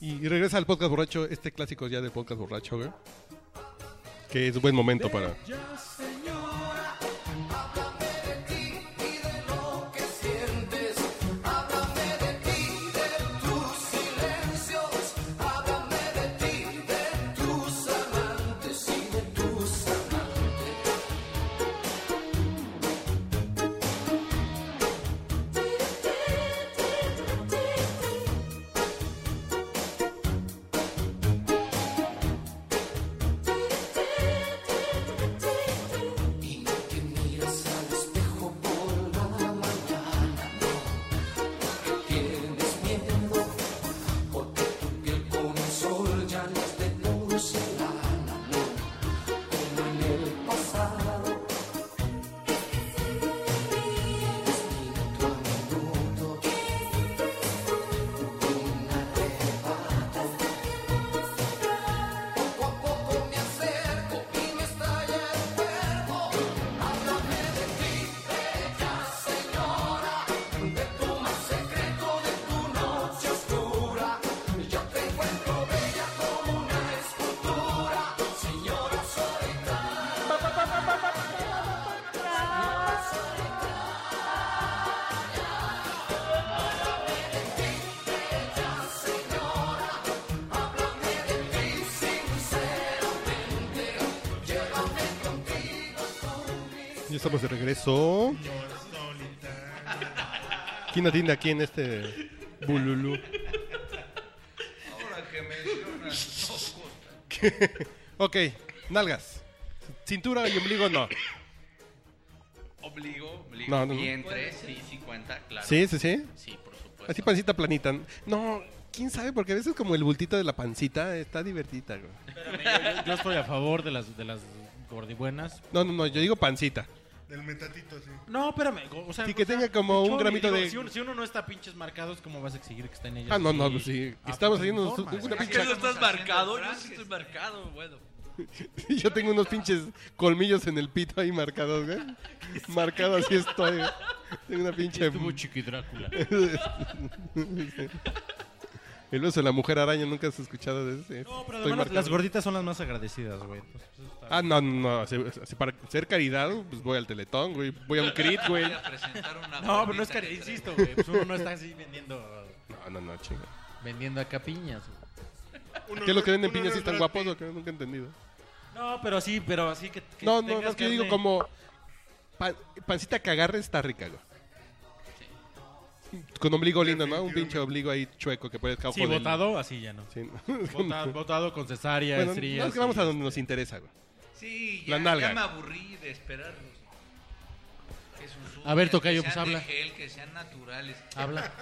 Speaker 2: Y regresa al podcast borracho, este clásico ya del podcast borracho, güey. Que es buen momento para. Ya estamos de regreso. ¿Quién atiende aquí en este bululú?
Speaker 3: Ahora que mencionas ojos,
Speaker 2: Ok, nalgas. Cintura y ombligo no.
Speaker 6: Obligo, obligo.
Speaker 2: No, no, no.
Speaker 6: vientre, sí, sí cuenta, claro.
Speaker 2: Sí, sí, sí.
Speaker 6: Sí, por supuesto.
Speaker 2: Así pancita planita. No, quién sabe, porque a veces como el bultito de la pancita está divertida, güey.
Speaker 4: Yo estoy a favor de las, de las gordibuenas.
Speaker 2: No, no, no, yo digo pancita.
Speaker 1: Del metatito, sí.
Speaker 4: No, espérame. o- O sea,
Speaker 2: Sí,
Speaker 4: o
Speaker 2: que
Speaker 4: sea,
Speaker 2: tenga como
Speaker 4: chon,
Speaker 2: un gramito
Speaker 4: y
Speaker 2: de-
Speaker 4: Si uno, si uno no está pinches marcados, ¿cómo vas a exigir que estén ellas?
Speaker 2: Ah, no,
Speaker 4: así?
Speaker 2: no, pues sí.
Speaker 4: Ah,
Speaker 2: Estamos
Speaker 4: pues,
Speaker 2: haciendo
Speaker 4: informa,
Speaker 2: una
Speaker 4: güey.
Speaker 8: ¿Qué no estás
Speaker 3: Estamos
Speaker 8: marcado?
Speaker 3: haciendo
Speaker 8: Yo sí estoy marcado, bueno.
Speaker 2: Yo tengo unos pinches colmillos en el pito ahí marcados, güey. Marcado así estoy, güey. Tengo una pinche...
Speaker 4: Estuvo chiqui Drácula.
Speaker 2: El uso de la mujer araña, nunca has escuchado de ese.
Speaker 4: No, pero
Speaker 2: Estoy
Speaker 4: además
Speaker 2: marcado.
Speaker 4: las gorditas son las más agradecidas, güey. Entonces, pues, eso está
Speaker 2: Ah, no, no, no. si- si para ser caridad, pues voy al Teletón, güey. Voy a un crit, güey.
Speaker 3: Voy a presentar una
Speaker 4: pues, No, pero no
Speaker 3: gordita
Speaker 4: es cari-
Speaker 3: que traigo.
Speaker 4: insisto, güey. Pues uno no está así vendiendo
Speaker 2: No, no, no, chinga.
Speaker 4: vendiendo acá piñas. güey.
Speaker 2: ¿Qué es lo que venden
Speaker 1: Uno
Speaker 2: piñas
Speaker 1: no
Speaker 2: si
Speaker 1: es
Speaker 2: están
Speaker 1: Brad
Speaker 2: guapos
Speaker 1: Pitt.
Speaker 2: o qué? Nunca he entendido.
Speaker 4: No, pero sí, pero así que, que
Speaker 2: No, no,
Speaker 4: tengas
Speaker 2: no, es que yo digo
Speaker 4: carne.
Speaker 2: como... pa- pancita que agarre está rica, güey. Con ombligo lindo, ¿no? Un pinche ombligo ahí chueco que puedes...
Speaker 4: sí botado, así ya no.
Speaker 2: Sí, no.
Speaker 4: Botado, botado con cesárea,
Speaker 2: Bueno,
Speaker 4: estrías.
Speaker 2: no, es que vamos
Speaker 4: y-
Speaker 2: a donde nos interesa, güey.
Speaker 3: Sí,
Speaker 2: La
Speaker 3: ya,
Speaker 2: nalga.
Speaker 3: ya me aburrí de esperarlos. Que sus uñas,
Speaker 4: A ver,
Speaker 3: que
Speaker 4: tocayo, pues,
Speaker 3: sean de
Speaker 4: habla.
Speaker 3: gel, que sean naturales.
Speaker 2: Ah,
Speaker 4: Habla.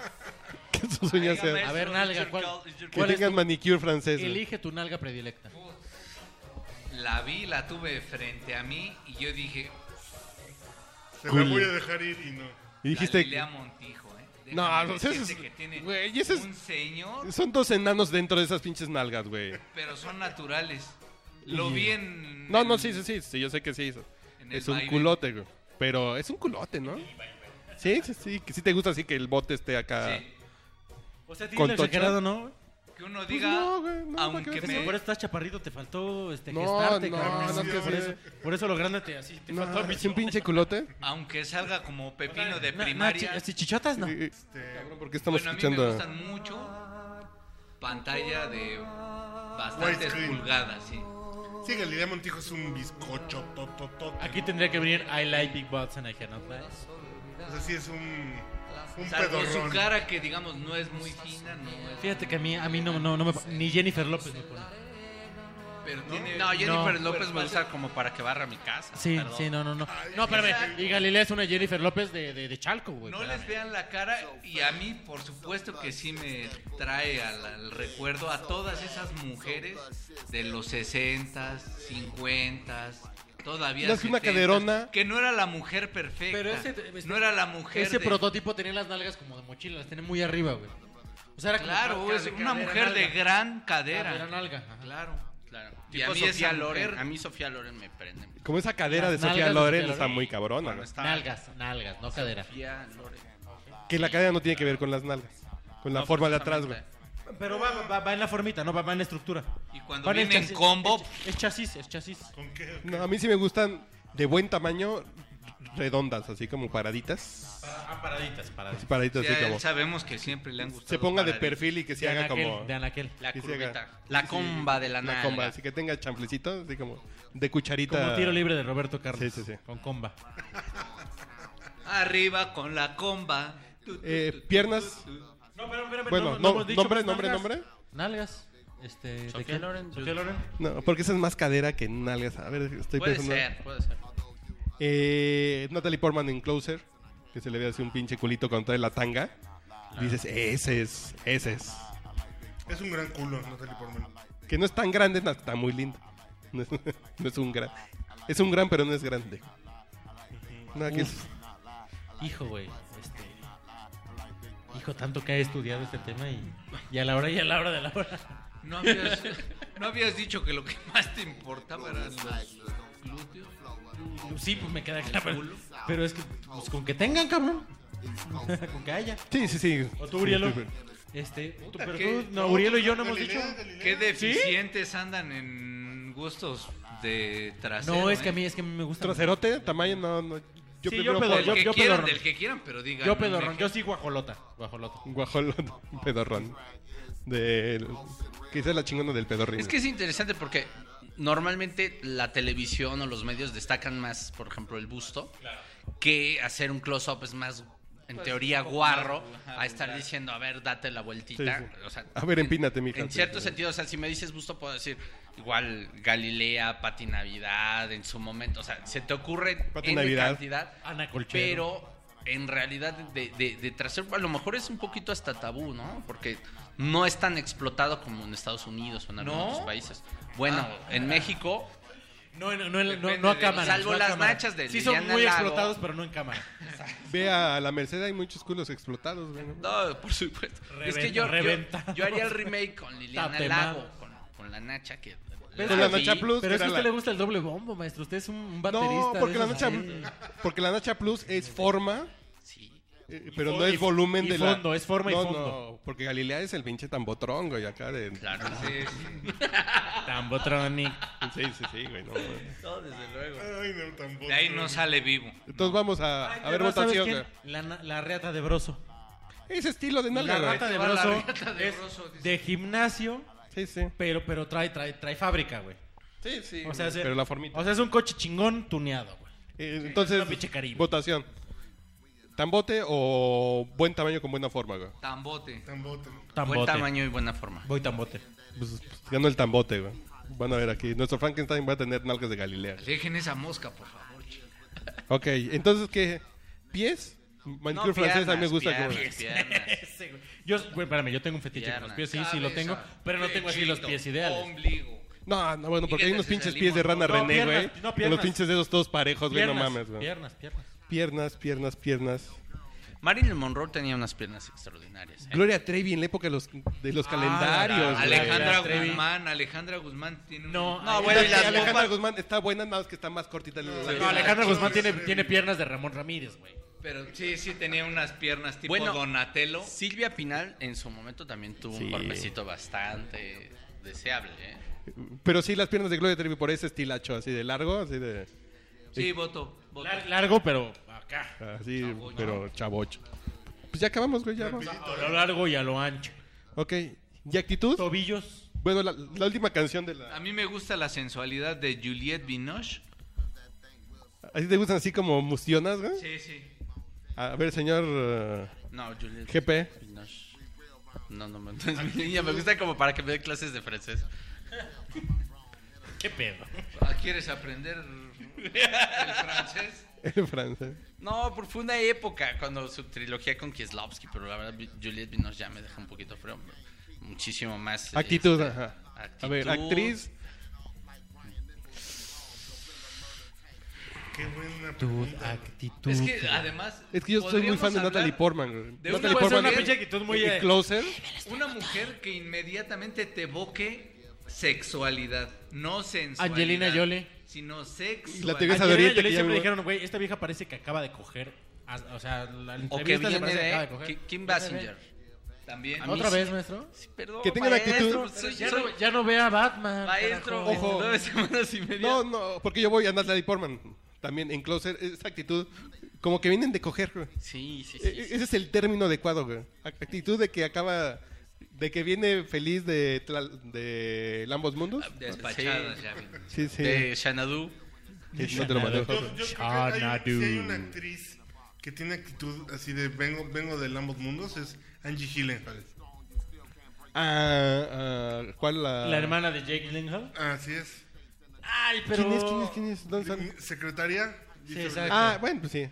Speaker 2: Que sus uñas
Speaker 8: Dígame,
Speaker 2: sean-
Speaker 4: A ver,
Speaker 8: es
Speaker 4: nalga,
Speaker 8: your
Speaker 4: ¿cuál-
Speaker 8: call- is your
Speaker 2: Que
Speaker 4: ¿Cuál es
Speaker 2: tengan
Speaker 4: tu-
Speaker 2: manicure francés, güey.
Speaker 4: Elige tu nalga predilecta.
Speaker 3: La vi, la tuve frente a mí y yo dije,
Speaker 1: Se
Speaker 2: Cool.
Speaker 1: la voy a dejar ir y no.
Speaker 2: Y
Speaker 3: la
Speaker 2: dijiste...
Speaker 3: Lilia Montijo, ¿eh?
Speaker 2: No,
Speaker 3: Déjame
Speaker 2: no, ese es-
Speaker 3: decirte que tiene
Speaker 2: güey, ese es-
Speaker 3: un señor,
Speaker 2: Son dos enanos dentro de esas pinches nalgas, güey.
Speaker 3: pero son naturales. Lo vi en...
Speaker 2: No, no,
Speaker 3: en-
Speaker 2: sí, sí, sí, sí, yo sé que sí. eso.
Speaker 3: En el
Speaker 2: Es un
Speaker 3: baile.
Speaker 2: culote, güey. Pero es un culote, ¿no? Sí, sí, sí, que sí te gusta así que el bote esté acá.
Speaker 3: Sí,
Speaker 4: O sea,
Speaker 2: Con
Speaker 4: tiene
Speaker 2: tocho.
Speaker 4: exagerado, ¿no?
Speaker 3: Que uno
Speaker 2: Pues
Speaker 3: diga,
Speaker 2: no, güey, no, ¿para
Speaker 3: aunque
Speaker 2: qué?
Speaker 3: me...
Speaker 4: Por eso estás chaparrito, te faltó este,
Speaker 2: No,
Speaker 4: gestarte,
Speaker 2: no,
Speaker 4: cabrón.
Speaker 1: no,
Speaker 4: Sí,
Speaker 1: que
Speaker 4: por,
Speaker 1: sí.
Speaker 4: eso, por eso lo grande te así, te
Speaker 2: No,
Speaker 4: faltó
Speaker 2: es un pinche culote.
Speaker 3: Aunque salga como pepino de
Speaker 4: Na- na-
Speaker 3: primaria.
Speaker 4: chi- así, chichotas, no.
Speaker 2: Eh,
Speaker 1: Este,
Speaker 2: Cabrón, porque estamos
Speaker 3: bueno, a mí me
Speaker 2: escuchando.
Speaker 3: gustan mucho pantalla de bastantes
Speaker 1: Widescreen.
Speaker 3: pulgadas, sí.
Speaker 1: Sí, Galilea Montijo es un bizcocho tototote,
Speaker 4: Aquí
Speaker 1: ¿no?
Speaker 4: tendría que venir I like big butts and I cannot lie.
Speaker 1: O sea, sí es un, un
Speaker 3: Salvo su
Speaker 1: pedorrón.
Speaker 3: cara que digamos no es muy fina, no es-
Speaker 4: Fíjate que a mí, a mí no, no, no me... Ni Jennifer López me pone.
Speaker 3: pero tiene
Speaker 6: No, Jennifer
Speaker 4: No.
Speaker 6: López me usa como para que barra mi casa.
Speaker 4: Sí,
Speaker 6: perdón.
Speaker 4: sí, no, no, no. No, espérame. Y Galilea es una Jennifer López de, de, de Chalco, güey.
Speaker 3: No
Speaker 4: espérame.
Speaker 3: les vean la cara y a mí, por supuesto que sí me trae al, al recuerdo a todas esas mujeres de los 60, 50, todavía
Speaker 2: Las que una
Speaker 3: 70s,
Speaker 2: caderona.
Speaker 3: que no era la mujer perfecta,
Speaker 4: Pero ese- este-
Speaker 3: no era la mujer
Speaker 4: Ese
Speaker 3: de-
Speaker 4: prototipo tenía las nalgas como de mochila, las tenía muy arriba, güey. O sea, era como
Speaker 3: claro,
Speaker 4: ca-
Speaker 3: es
Speaker 4: de
Speaker 3: una
Speaker 4: cadera,
Speaker 3: mujer de
Speaker 4: nalga.
Speaker 3: gran cadera,
Speaker 4: Cadera, nalga, ajá.
Speaker 3: claro,
Speaker 6: Claro. Y
Speaker 3: Tipo
Speaker 6: a mí
Speaker 3: Sofía
Speaker 6: Sofía Loren.
Speaker 3: Loren.
Speaker 6: A mí Sofía Loren me prende.
Speaker 2: Como esa cadera de
Speaker 4: Las nalgas
Speaker 2: Sofía
Speaker 4: de Sofía
Speaker 2: Loren
Speaker 4: Loren.
Speaker 2: está muy cabrona. ¿no?
Speaker 6: Está-
Speaker 4: Nalgas, nalgas, no cadera.
Speaker 6: Sofía Loren.
Speaker 2: Que la cadera no tiene que ver con las nalgas. Con la forma de atrás, güey.
Speaker 4: Pero va, va, va en la formita, no va, va en la estructura.
Speaker 3: y cuando
Speaker 4: Van
Speaker 3: viene en
Speaker 4: chasis-
Speaker 3: combo,
Speaker 4: Es, es chasis, es chasis.
Speaker 1: ¿Con qué?
Speaker 2: No, a mí sí me gustan de buen tamaño, redondas, así como paraditas.
Speaker 4: Ah, paraditas,
Speaker 2: Así
Speaker 4: paraditas.
Speaker 2: paraditas,
Speaker 3: pf, pues ya
Speaker 2: así
Speaker 3: él
Speaker 2: como.
Speaker 3: sabemos que siempre le han gustado
Speaker 2: Se ponga de
Speaker 3: paraditas.
Speaker 2: perfil y que se haga como.
Speaker 4: De Anaquel.
Speaker 6: La
Speaker 2: que se haga-
Speaker 6: curvita. La comba de la
Speaker 2: Una
Speaker 6: nalga.
Speaker 2: comba, así que tenga champlecito, así como de cucharita.
Speaker 4: Como tiro libre de Roberto Carlos.
Speaker 2: Sí, sí, sí.
Speaker 4: Con comba.
Speaker 3: Arriba con la comba. Tu, tu,
Speaker 2: Eh,
Speaker 3: tu, tu,
Speaker 2: piernas.
Speaker 3: tu, tu.
Speaker 4: No, pero, pero,
Speaker 2: Bueno, no, nombre, nombre, nombre.
Speaker 4: Nalgas. Este, ¿de qué?
Speaker 6: Loren,
Speaker 4: Sofía
Speaker 6: yo-
Speaker 4: Loren.
Speaker 2: No, porque esa es más cadera que nalgas. A ver, estoy
Speaker 6: Puede
Speaker 2: pensando.
Speaker 6: ser, puede ser.
Speaker 2: Eh, Natalie Portman en Closer, que se le ve así un pinche culito con toda la tanga. Dices, ese es, ese es.
Speaker 1: Es un gran culo, Natalie Portman.
Speaker 2: Que no es tan grande, no, está muy lindo. No es, no es un gran. Es un gran, pero no es grande. No, que es-
Speaker 4: Hijo, güey. Este. Hijo, tanto que he estudiado este tema y, y a la hora y a la hora de la hora.
Speaker 3: ¿No habías, no habías dicho que lo que más te importaba eran los glúteos.
Speaker 4: Sí, pues me queda claro. Pero, pero es que, pues con que tengan, cabrón. con que haya.
Speaker 2: Sí, sí, sí.
Speaker 4: O tú,
Speaker 2: Sí,
Speaker 4: Urielo.
Speaker 2: sí, sí.
Speaker 4: Este, tú, pero
Speaker 3: ¿qué?
Speaker 4: tú, no, Urielo y yo no hemos dicho.
Speaker 1: Galilea, Galilea.
Speaker 3: Qué deficientes andan en gustos de trasero.
Speaker 4: No, es que a
Speaker 3: ¿eh?
Speaker 4: mí, es que a mí me gusta.
Speaker 2: Tracerote, tamaño, no, no. Yo
Speaker 4: Sí,
Speaker 2: prefiero
Speaker 4: yo pedo-
Speaker 3: Del
Speaker 2: por-
Speaker 4: yo-
Speaker 3: que
Speaker 4: yo
Speaker 3: quieran,
Speaker 4: pedorrón.
Speaker 3: del que quieran, pero digan.
Speaker 4: Yo
Speaker 3: un
Speaker 4: pedorrón, yo
Speaker 3: ejemplo.
Speaker 4: sí guajolota. Guajolota.
Speaker 2: Guajolón, pedorrón. Del- que esa es la chingona del pedorrín.
Speaker 6: Es que es interesante porque normalmente la televisión o los medios destacan más, por ejemplo, el busto, que hacer un close-up es más, en
Speaker 4: Pues,
Speaker 6: teoría, guarro, a estar diciendo, a ver, date la vueltita.
Speaker 2: Sí, sí.
Speaker 6: O sea,
Speaker 2: A ver, empínate, mija.
Speaker 6: En
Speaker 2: Sí,
Speaker 6: cierto
Speaker 2: sí.
Speaker 6: sentido, o sea, si me dices busto, puedo decir, igual, Galilea, Pati Navidad, en su momento, o sea, se te ocurre
Speaker 2: Pati
Speaker 6: N
Speaker 2: Navidad.
Speaker 6: cantidad,
Speaker 4: Ana Colchero.
Speaker 6: pero en realidad de, de, de trasero, a lo mejor es un poquito hasta tabú, ¿no? Porque no es tan explotado como en Estados Unidos o en algunos
Speaker 3: ¿No?
Speaker 6: otros países. Bueno,
Speaker 4: Ah,
Speaker 6: en México,
Speaker 4: No, no, no, no, no,
Speaker 3: Depende
Speaker 4: a
Speaker 3: de-
Speaker 4: cámara.
Speaker 6: salvo
Speaker 4: no a
Speaker 6: las
Speaker 4: cámara.
Speaker 6: nachas de
Speaker 4: Sí, son
Speaker 6: Liliana
Speaker 4: muy
Speaker 6: Lago.
Speaker 4: explotados, pero no en cámara.
Speaker 2: Ve a la Merced, hay muchos culos explotados, güey. ¿no?
Speaker 6: no, por supuesto. es que
Speaker 4: Reven-
Speaker 6: yo, yo,
Speaker 4: reventado.
Speaker 6: yo haría el remake con Liliana
Speaker 4: Tatemado.
Speaker 6: Lago, con, con la Nacha que...
Speaker 2: Con la
Speaker 6: vi.
Speaker 2: Nacha Plus.
Speaker 4: Pero es
Speaker 2: era
Speaker 4: que a usted
Speaker 2: la-
Speaker 4: le gusta el doble bombo, maestro. Usted es un, un baterista.
Speaker 2: No,
Speaker 4: de
Speaker 2: porque la,
Speaker 4: esos,
Speaker 2: Nacha,
Speaker 4: sí.
Speaker 2: porque la Nacha Plus es forma,
Speaker 6: Sí.
Speaker 2: eh, pero
Speaker 4: fo-
Speaker 2: no
Speaker 4: y-
Speaker 2: es volumen
Speaker 4: y
Speaker 2: de
Speaker 4: fondo,
Speaker 2: la...
Speaker 4: es forma y
Speaker 2: No,
Speaker 4: fondo.
Speaker 2: no, porque Galilea es el pinche tambotrongo güey, acá de...
Speaker 6: Claro,
Speaker 3: Sí, sí.
Speaker 4: Tambotronic.
Speaker 2: Sí, sí, sí, güey, no, güey.
Speaker 1: Ay, no, tan
Speaker 3: De ahí no
Speaker 1: botrón.
Speaker 3: sale vivo.
Speaker 2: Entonces vamos a, a ver
Speaker 4: ¿Sabes
Speaker 2: votación,
Speaker 4: quién?
Speaker 2: güey.
Speaker 4: La, na- la reata de broso.
Speaker 2: Ese estilo de
Speaker 4: La
Speaker 2: nalga, güey.
Speaker 4: rata de
Speaker 3: Va la
Speaker 4: broso.
Speaker 3: reata de Broso,
Speaker 4: es de gimnasio,
Speaker 2: Sí, sí.
Speaker 4: pero, pero trae, trae, trae fábrica, güey.
Speaker 2: Sí, sí.
Speaker 4: O sea, es-
Speaker 2: pero la formita.
Speaker 4: O sea, es un coche chingón tuneado, güey.
Speaker 2: Eh,
Speaker 4: una
Speaker 2: entonces,
Speaker 4: pinche Caribe.
Speaker 2: votación. ¿Tambote o buen tamaño con buena forma, güey?
Speaker 3: Tambote.
Speaker 1: Tan botrón.
Speaker 6: Buen
Speaker 4: Tambote.
Speaker 6: tamaño y buena forma.
Speaker 4: Voy tambote.
Speaker 2: Pues, pues, ganó el tambote, güey. Van a ver aquí. Nuestro Frankenstein va a tener nalgas de Galilea.
Speaker 3: Dejen esa mosca, por favor. chico.
Speaker 2: Ok, entonces, ¿qué? ¿Pies? Manicure
Speaker 6: No,
Speaker 2: francesa a mí me
Speaker 6: piernas,
Speaker 2: gusta como...
Speaker 6: piernas, piernas.
Speaker 4: Ese, güey. Yo, güey, espérame, yo tengo un fetiche con los pies,
Speaker 6: Piernas,
Speaker 4: sí, sí lo
Speaker 3: Cabeza,
Speaker 4: tengo, pero no tengo así los
Speaker 3: pechito,
Speaker 4: pies ideales.
Speaker 3: Ombligo.
Speaker 2: No, no, bueno, porque
Speaker 3: Y
Speaker 2: hay
Speaker 3: que
Speaker 2: unos
Speaker 3: te
Speaker 2: pinches
Speaker 3: salimos,
Speaker 2: pies de rana
Speaker 4: no,
Speaker 2: René,
Speaker 4: piernas,
Speaker 2: güey.
Speaker 4: no,
Speaker 2: con los
Speaker 4: piernas.
Speaker 2: pinches dedos todos parejos, güey, no mames, güey.
Speaker 4: piernas, piernas.
Speaker 2: Piernas, piernas, piernas.
Speaker 6: Marilyn Monroe tenía unas piernas extraordinarias. ¿eh?
Speaker 2: Gloria Trevi en la época de los, de
Speaker 4: Ah, Pues, la-
Speaker 2: los calendarios,
Speaker 4: la-
Speaker 2: güey.
Speaker 3: Alejandra
Speaker 4: Trevi.
Speaker 3: Guzmán, Alejandra Guzmán tiene un-
Speaker 4: No, ah,
Speaker 6: No,
Speaker 4: no,
Speaker 6: bueno, y las
Speaker 2: Alejandra
Speaker 6: bombas-
Speaker 2: Guzmán está buena, nada más que está más cortita. la- la-
Speaker 4: no,
Speaker 2: la-
Speaker 4: Alejandra Guzmán tiene, tiene piernas de Ramón Ramírez, güey.
Speaker 3: Pero sí, sí tenía unas piernas tipo
Speaker 6: Bueno,
Speaker 3: Donatello.
Speaker 6: Silvia Pinal en su momento también tuvo
Speaker 2: Sí.
Speaker 6: un cuerpecito bastante deseable. ¿eh?
Speaker 2: Pero sí, las piernas de Gloria Trevi por ese estilacho, así de largo, así de...
Speaker 3: Sí, voto. voto.
Speaker 4: Lar- largo, pero acá.
Speaker 2: Así, pero chavocho. Pues ya acabamos, güey, ya vamos.
Speaker 4: A lo largo y a lo ancho.
Speaker 2: Ok, ¿y actitud?
Speaker 4: Tobillos.
Speaker 2: Bueno, la, la última canción de la...
Speaker 3: A mí me gusta la sensualidad de Juliette Binoche.
Speaker 2: ¿A ti te gustan así como mustionas, güey?
Speaker 3: Sí, sí.
Speaker 2: A ver, señor... eh,
Speaker 6: No, Juliet.
Speaker 2: GP.
Speaker 6: Binoche. No, no me A mi niña me gusta como para que me dé clases de francés.
Speaker 4: ¿Qué pedo?
Speaker 3: Ah, ¿Quieres aprender el francés?
Speaker 2: El francés.
Speaker 6: No, por fue una época cuando su trilogía con Kieslowski, pero la verdad Juliet Binoche ya me deja un poquito frío. Muchísimo más. eh,
Speaker 2: Actitud,
Speaker 6: este,
Speaker 2: ajá. A ver,
Speaker 6: actitud.
Speaker 2: actriz.
Speaker 1: Qué buena
Speaker 4: Tu
Speaker 1: pregunta.
Speaker 4: actitud.
Speaker 3: Es que además.
Speaker 2: Es que yo soy muy
Speaker 3: podríamos
Speaker 2: fan de Natalie
Speaker 3: hablar
Speaker 2: Portman, güey.
Speaker 3: de
Speaker 2: Natalie
Speaker 3: una-
Speaker 4: Puede ser
Speaker 2: Portman
Speaker 4: una
Speaker 2: es-
Speaker 4: pinche actitud muy...
Speaker 2: y
Speaker 4: eh,
Speaker 2: Closer.
Speaker 3: Una mujer que inmediatamente te evoque sexualidad. No sensualidad.
Speaker 4: Angelina Jolie.
Speaker 3: Sino sexualidad.
Speaker 2: Y la teoría- Esa
Speaker 4: Ayer
Speaker 2: ahorita
Speaker 4: yo le
Speaker 2: que ya
Speaker 4: siempre
Speaker 2: me-
Speaker 4: dijeron, güey, esta vieja parece que acaba de coger. as- O sea, la
Speaker 6: O que
Speaker 4: entrevista
Speaker 6: viene
Speaker 4: se parece que acaba
Speaker 6: de
Speaker 4: de coger.
Speaker 6: Ki- Kim Basinger.
Speaker 3: También.
Speaker 6: A mí
Speaker 4: ¿Otra
Speaker 6: sí.
Speaker 4: vez, maestro?
Speaker 6: Sí, perdón,
Speaker 2: Que tenga la actitud.
Speaker 6: maestro, soy-
Speaker 4: Ya,
Speaker 6: soy-
Speaker 4: no, ya no ve a Batman.
Speaker 6: Maestro,
Speaker 4: carajo.
Speaker 2: Ojo.
Speaker 6: 19 semanas y media.
Speaker 2: No, no, porque yo voy a Natalie Portman. También en Closer, esa actitud. Como que vienen de coger, güey.
Speaker 6: Sí, sí,
Speaker 2: E-
Speaker 6: sí. sí.
Speaker 2: Ese es el término adecuado, güey. Actitud de que acaba. De que viene feliz de, Tla- de ambos mundos.
Speaker 3: Despachadas, ya vi.
Speaker 2: Sí, sí.
Speaker 6: Ah, De Xanadu.
Speaker 2: Eh, no te lo manejo.
Speaker 1: Yo, yo creo que hay, si hay una actriz que tiene actitud así de vengo, vengo de ambos mundos es Angie Gyllenhaal.
Speaker 2: Ah, ah, ¿Cuál la.?
Speaker 4: La hermana de Jake Gyllenhaal.
Speaker 1: Así es.
Speaker 4: Ay, pero...
Speaker 2: ¿Quién es? ¿Quién es? ¿Quién es? ¿Dónde están?
Speaker 1: Secretaria. dice-
Speaker 4: exacto.
Speaker 2: Ah, bueno, pues sí.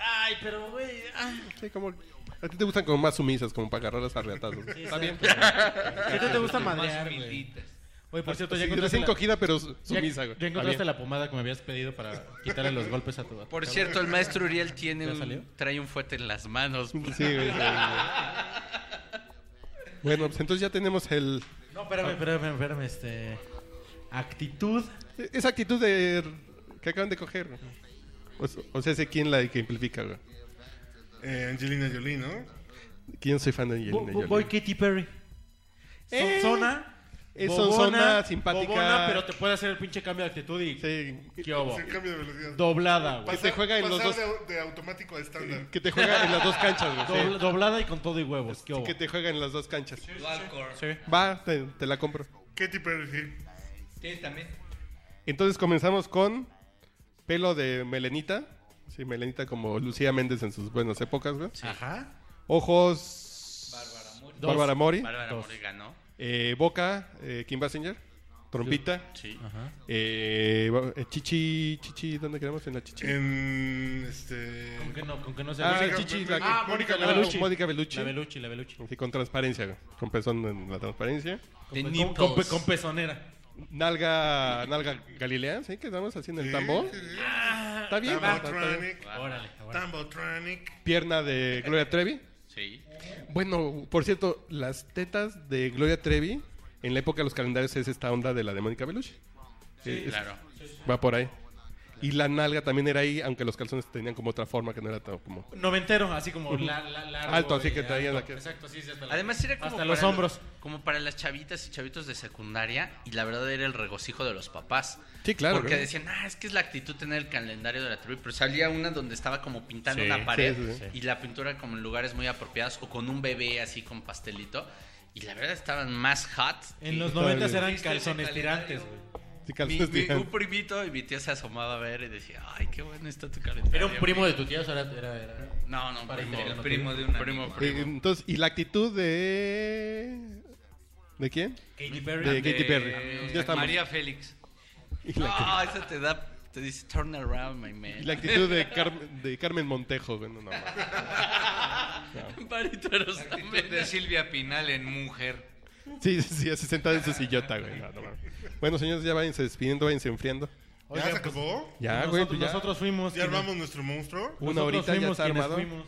Speaker 4: Ay, pero, güey... ah.
Speaker 2: Sí, como. A ti te gustan como más sumisas, como para agarrarlas a reatazos. Está bien. pues.
Speaker 4: ¿Qué te, te gusta
Speaker 3: Más
Speaker 4: madrear, güey?
Speaker 3: humilditas.
Speaker 4: Oye, por cierto, ya
Speaker 2: Sí,
Speaker 4: encontraste,
Speaker 2: recién
Speaker 4: la,
Speaker 2: cogida, pero su-
Speaker 4: ya-
Speaker 2: sumisa,
Speaker 4: ya
Speaker 2: güey.
Speaker 4: encontraste
Speaker 2: Está bien.
Speaker 4: la pomada que me habías pedido para quitarle los golpes a tu a tu
Speaker 6: Por
Speaker 4: cabrón.
Speaker 6: cierto, el maestro Uriel tiene
Speaker 4: ¿Ya
Speaker 6: un-
Speaker 4: salió?
Speaker 6: trae un fuete en las manos.
Speaker 2: Sí, güey, sí, güey. Bueno, pues entonces ya tenemos el.
Speaker 4: No, espérame, espérame, espérame, este... Actitud.
Speaker 2: Esa actitud de. que acaban de coger. güey. O, s- o sea, sé quién la que implica, güey.
Speaker 1: eh, Angelina Jolie, ¿no?
Speaker 2: Que yo no soy fan de Angelina
Speaker 4: Bo- bo-
Speaker 2: Jolie.
Speaker 4: Voy Katy Perry.
Speaker 2: Eh,
Speaker 6: ah,
Speaker 4: Sonsona.
Speaker 2: es
Speaker 4: bobona,
Speaker 2: sonsona, simpática.
Speaker 4: bobona, pero te puede hacer el pinche cambio de actitud y...
Speaker 2: Sí,
Speaker 4: ¿Qué hubo?
Speaker 1: Es el cambio de velocidad.
Speaker 4: Doblada, güey.
Speaker 1: Pasar-
Speaker 2: se juega en los
Speaker 1: pasar
Speaker 2: dos.
Speaker 1: De, au- de automático a estándar.
Speaker 2: Que te juega en las dos canchas, güey.
Speaker 4: Dobla-
Speaker 2: sí.
Speaker 4: Doblada y con todo y huevos. ¿Qué
Speaker 2: Sí,
Speaker 4: hubo?
Speaker 2: que te juega en las dos canchas.
Speaker 3: Dual core.
Speaker 2: Va, te, te la compro.
Speaker 1: Katy Perry. sí.
Speaker 3: Sí, también.
Speaker 2: Entonces comenzamos con pelo de melenita. Sí, melenita como Lucía Méndez en sus buenas épocas, güey.
Speaker 4: Ajá.
Speaker 2: Ojos.
Speaker 4: Dos.
Speaker 2: Bárbara Mori.
Speaker 6: Bárbara
Speaker 4: Dos.
Speaker 6: Mori ganó.
Speaker 2: Eh, Boca, eh, Kim Basinger, Trompita,
Speaker 6: Sí.
Speaker 4: Ajá.
Speaker 2: eh, va- eh, Chichi, Chichi, ¿dónde quedamos? En la Chichi.
Speaker 4: Eh,
Speaker 1: En este.
Speaker 4: ¿Con que no? ¿Con que no se
Speaker 2: Ah,
Speaker 4: acuerda?
Speaker 2: Chichi, la que-
Speaker 4: Ah, Mónica
Speaker 2: la
Speaker 4: Bellucci.
Speaker 2: Mónica Bellucci.
Speaker 4: La Beluchi, la Beluchi.
Speaker 2: Sí, con transparencia, güey, con pezón en la transparencia.
Speaker 6: De
Speaker 4: Con-
Speaker 6: nipples.
Speaker 4: con, con- con pezonera.
Speaker 2: Nalga, nalga Galilea, ¿sí? Que estamos haciendo el
Speaker 1: Sí,
Speaker 2: tambor.
Speaker 1: sí, sí.
Speaker 2: Está bien. güey, está- está bien.
Speaker 1: Tambotronic.
Speaker 4: Órale, órale.
Speaker 1: Tambotronic.
Speaker 2: Pierna de Gloria Trevi.
Speaker 6: Sí.
Speaker 2: Bueno, por cierto, las tetas de Gloria Trevi, en la época de los calendarios es esta onda de la de Mónica Bellucci. Eh, es-
Speaker 6: Claro.
Speaker 2: Va por ahí. Y la nalga también era ahí, aunque los calzones tenían como otra forma que no era tan como...
Speaker 4: Noventero, así como la, la- largo,
Speaker 2: Alto, así
Speaker 4: güey,
Speaker 2: que traía
Speaker 4: alto.
Speaker 2: la que-
Speaker 4: Exacto, sí, sí, hasta la-
Speaker 6: Además era como
Speaker 4: Hasta los
Speaker 6: para-
Speaker 4: hombros.
Speaker 6: Como para las chavitas y chavitos de secundaria y la verdad era el regocijo de los papás.
Speaker 2: Sí, claro,
Speaker 6: Porque
Speaker 2: claro.
Speaker 6: decían, ah, es que es la actitud tener el calendario de la tribu, pero salía una donde estaba como pintando
Speaker 4: Sí,
Speaker 6: una pared
Speaker 2: sí, sí,
Speaker 6: y la pintura como en lugares muy apropiados o con un bebé así con pastelito y la verdad estaban más hot.
Speaker 4: En los
Speaker 2: Está
Speaker 4: noventas
Speaker 2: bien.
Speaker 4: eran
Speaker 3: ¿Viste
Speaker 4: calzones
Speaker 3: ese
Speaker 4: tirantes,
Speaker 3: calendario?
Speaker 4: güey.
Speaker 2: Sí,
Speaker 6: Mi-
Speaker 2: calzones
Speaker 6: mi-
Speaker 2: tenían-
Speaker 6: un primito y mi tía se asomaba a ver y decía, ay, qué bueno está tu calendario.
Speaker 4: Era un primo de tu tía, o sea, era... era- era-
Speaker 6: No, no, primo.
Speaker 4: Primo.
Speaker 3: El primo de una.
Speaker 6: Primo,
Speaker 2: Sí, Eh, Entonces, y la actitud de... ¿De quién?
Speaker 4: Katy Perry.
Speaker 2: De Katy Perry.
Speaker 6: Eh,
Speaker 2: Ya estamos.
Speaker 3: María Félix.
Speaker 2: Y la,
Speaker 6: No, eso te da, te dice, turn around, my
Speaker 2: y
Speaker 6: man.
Speaker 2: la actitud de, Carmen- de Carmen Montejo. güey, no, no, mames.
Speaker 6: Parito
Speaker 3: Actitud de Silvia Pinal en mujer.
Speaker 2: sí, sí, sí, así sentada en su sillota, güey. no, no, mames. Bueno, señores, ya váyanse despidiendo, váyanse enfriando.
Speaker 1: ¿Ya se
Speaker 4: Oigan, pues,
Speaker 1: acabó?
Speaker 2: Ya,
Speaker 4: nosotros,
Speaker 2: güey, pues ya.
Speaker 4: nosotros fuimos...
Speaker 1: ¿Ya
Speaker 4: quienes-
Speaker 1: armamos nuestro monstruo?
Speaker 2: Una
Speaker 4: nosotros
Speaker 2: horita ya
Speaker 4: fuimos
Speaker 2: está
Speaker 4: quienes
Speaker 2: armado.
Speaker 4: fuimos.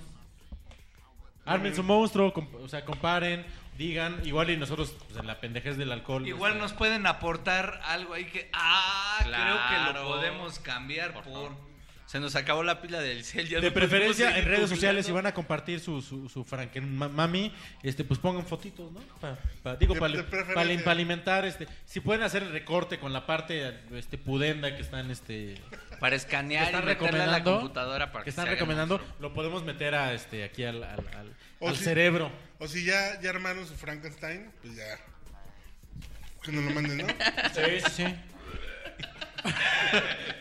Speaker 4: Armen su monstruo, comp- o sea, comparen, digan, igual y nosotros pues, en la pendejez del alcohol.
Speaker 3: Igual
Speaker 4: este,
Speaker 3: nos pueden aportar algo ahí que. Ah, creo que
Speaker 6: Claro.
Speaker 3: lo podemos cambiar por.
Speaker 6: Se nos acabó la pila del cel. ya
Speaker 4: De
Speaker 6: no
Speaker 4: preferencia
Speaker 6: podemos
Speaker 4: en
Speaker 6: seguir
Speaker 4: redes sociales si
Speaker 6: googleando.
Speaker 4: van a compartir su, su, su franken ma- mami, este, pues pongan fotitos, ¿no? Pa- pa- digo,
Speaker 1: De-
Speaker 4: para
Speaker 1: de preferencia.
Speaker 4: alimentar, este, si pueden hacer el recorte con la parte este, pudenda que están, este,
Speaker 6: Para
Speaker 4: que
Speaker 6: escanear y
Speaker 4: están
Speaker 6: meterla a la
Speaker 4: recomendando,
Speaker 6: computadora para
Speaker 4: que
Speaker 6: que
Speaker 4: están
Speaker 6: se haga el
Speaker 4: recomendando,
Speaker 6: monstruo.
Speaker 4: lo podemos meter a, este, aquí al, al, al-
Speaker 1: O
Speaker 4: al
Speaker 1: si-
Speaker 4: cerebro.
Speaker 1: O si ya, ya armaron su Frankenstein, pues ya. que nos lo manden, ¿no?
Speaker 4: Sí, sí, sí.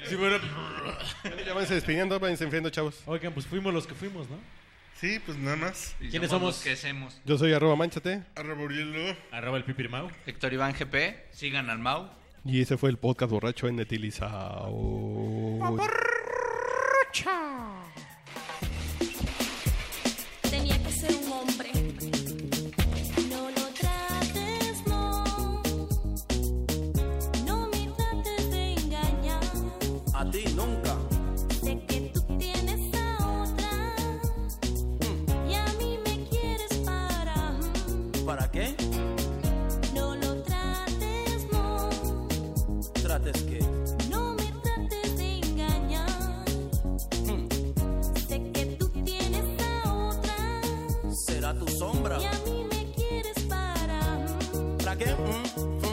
Speaker 4: Sí, bueno,
Speaker 2: Ya váyanse despidiendo, váyanse enfriando, chavos.
Speaker 4: oigan, pues fuimos los que fuimos, ¿no?
Speaker 1: Sí, pues nada más.
Speaker 3: Y
Speaker 4: ¿Quiénes
Speaker 3: los
Speaker 4: somos?
Speaker 3: que hacemos?
Speaker 2: Yo soy arroba manchate
Speaker 1: Arroba Uriel Lugo.
Speaker 4: Arroba el pipirimau.
Speaker 6: Héctor Iván GP.
Speaker 3: Sigan al Mau.
Speaker 2: y ese fue el podcast borracho en Etilizao.
Speaker 9: Tenía que ser un hombre. No lo trates, no. No me trates de engañar.
Speaker 7: A ti nunca.
Speaker 9: Sé que tú tienes a otra. Y a mí me quieres para.
Speaker 7: ¿Para qué?
Speaker 9: No lo trates, no.
Speaker 7: Trates que.
Speaker 9: No me trates de engañar.
Speaker 7: Mm.
Speaker 9: Sé que tú tienes a otra.
Speaker 7: Será tu sombra.
Speaker 9: Y a mí me quieres para.
Speaker 7: ¿Para qué? Mm.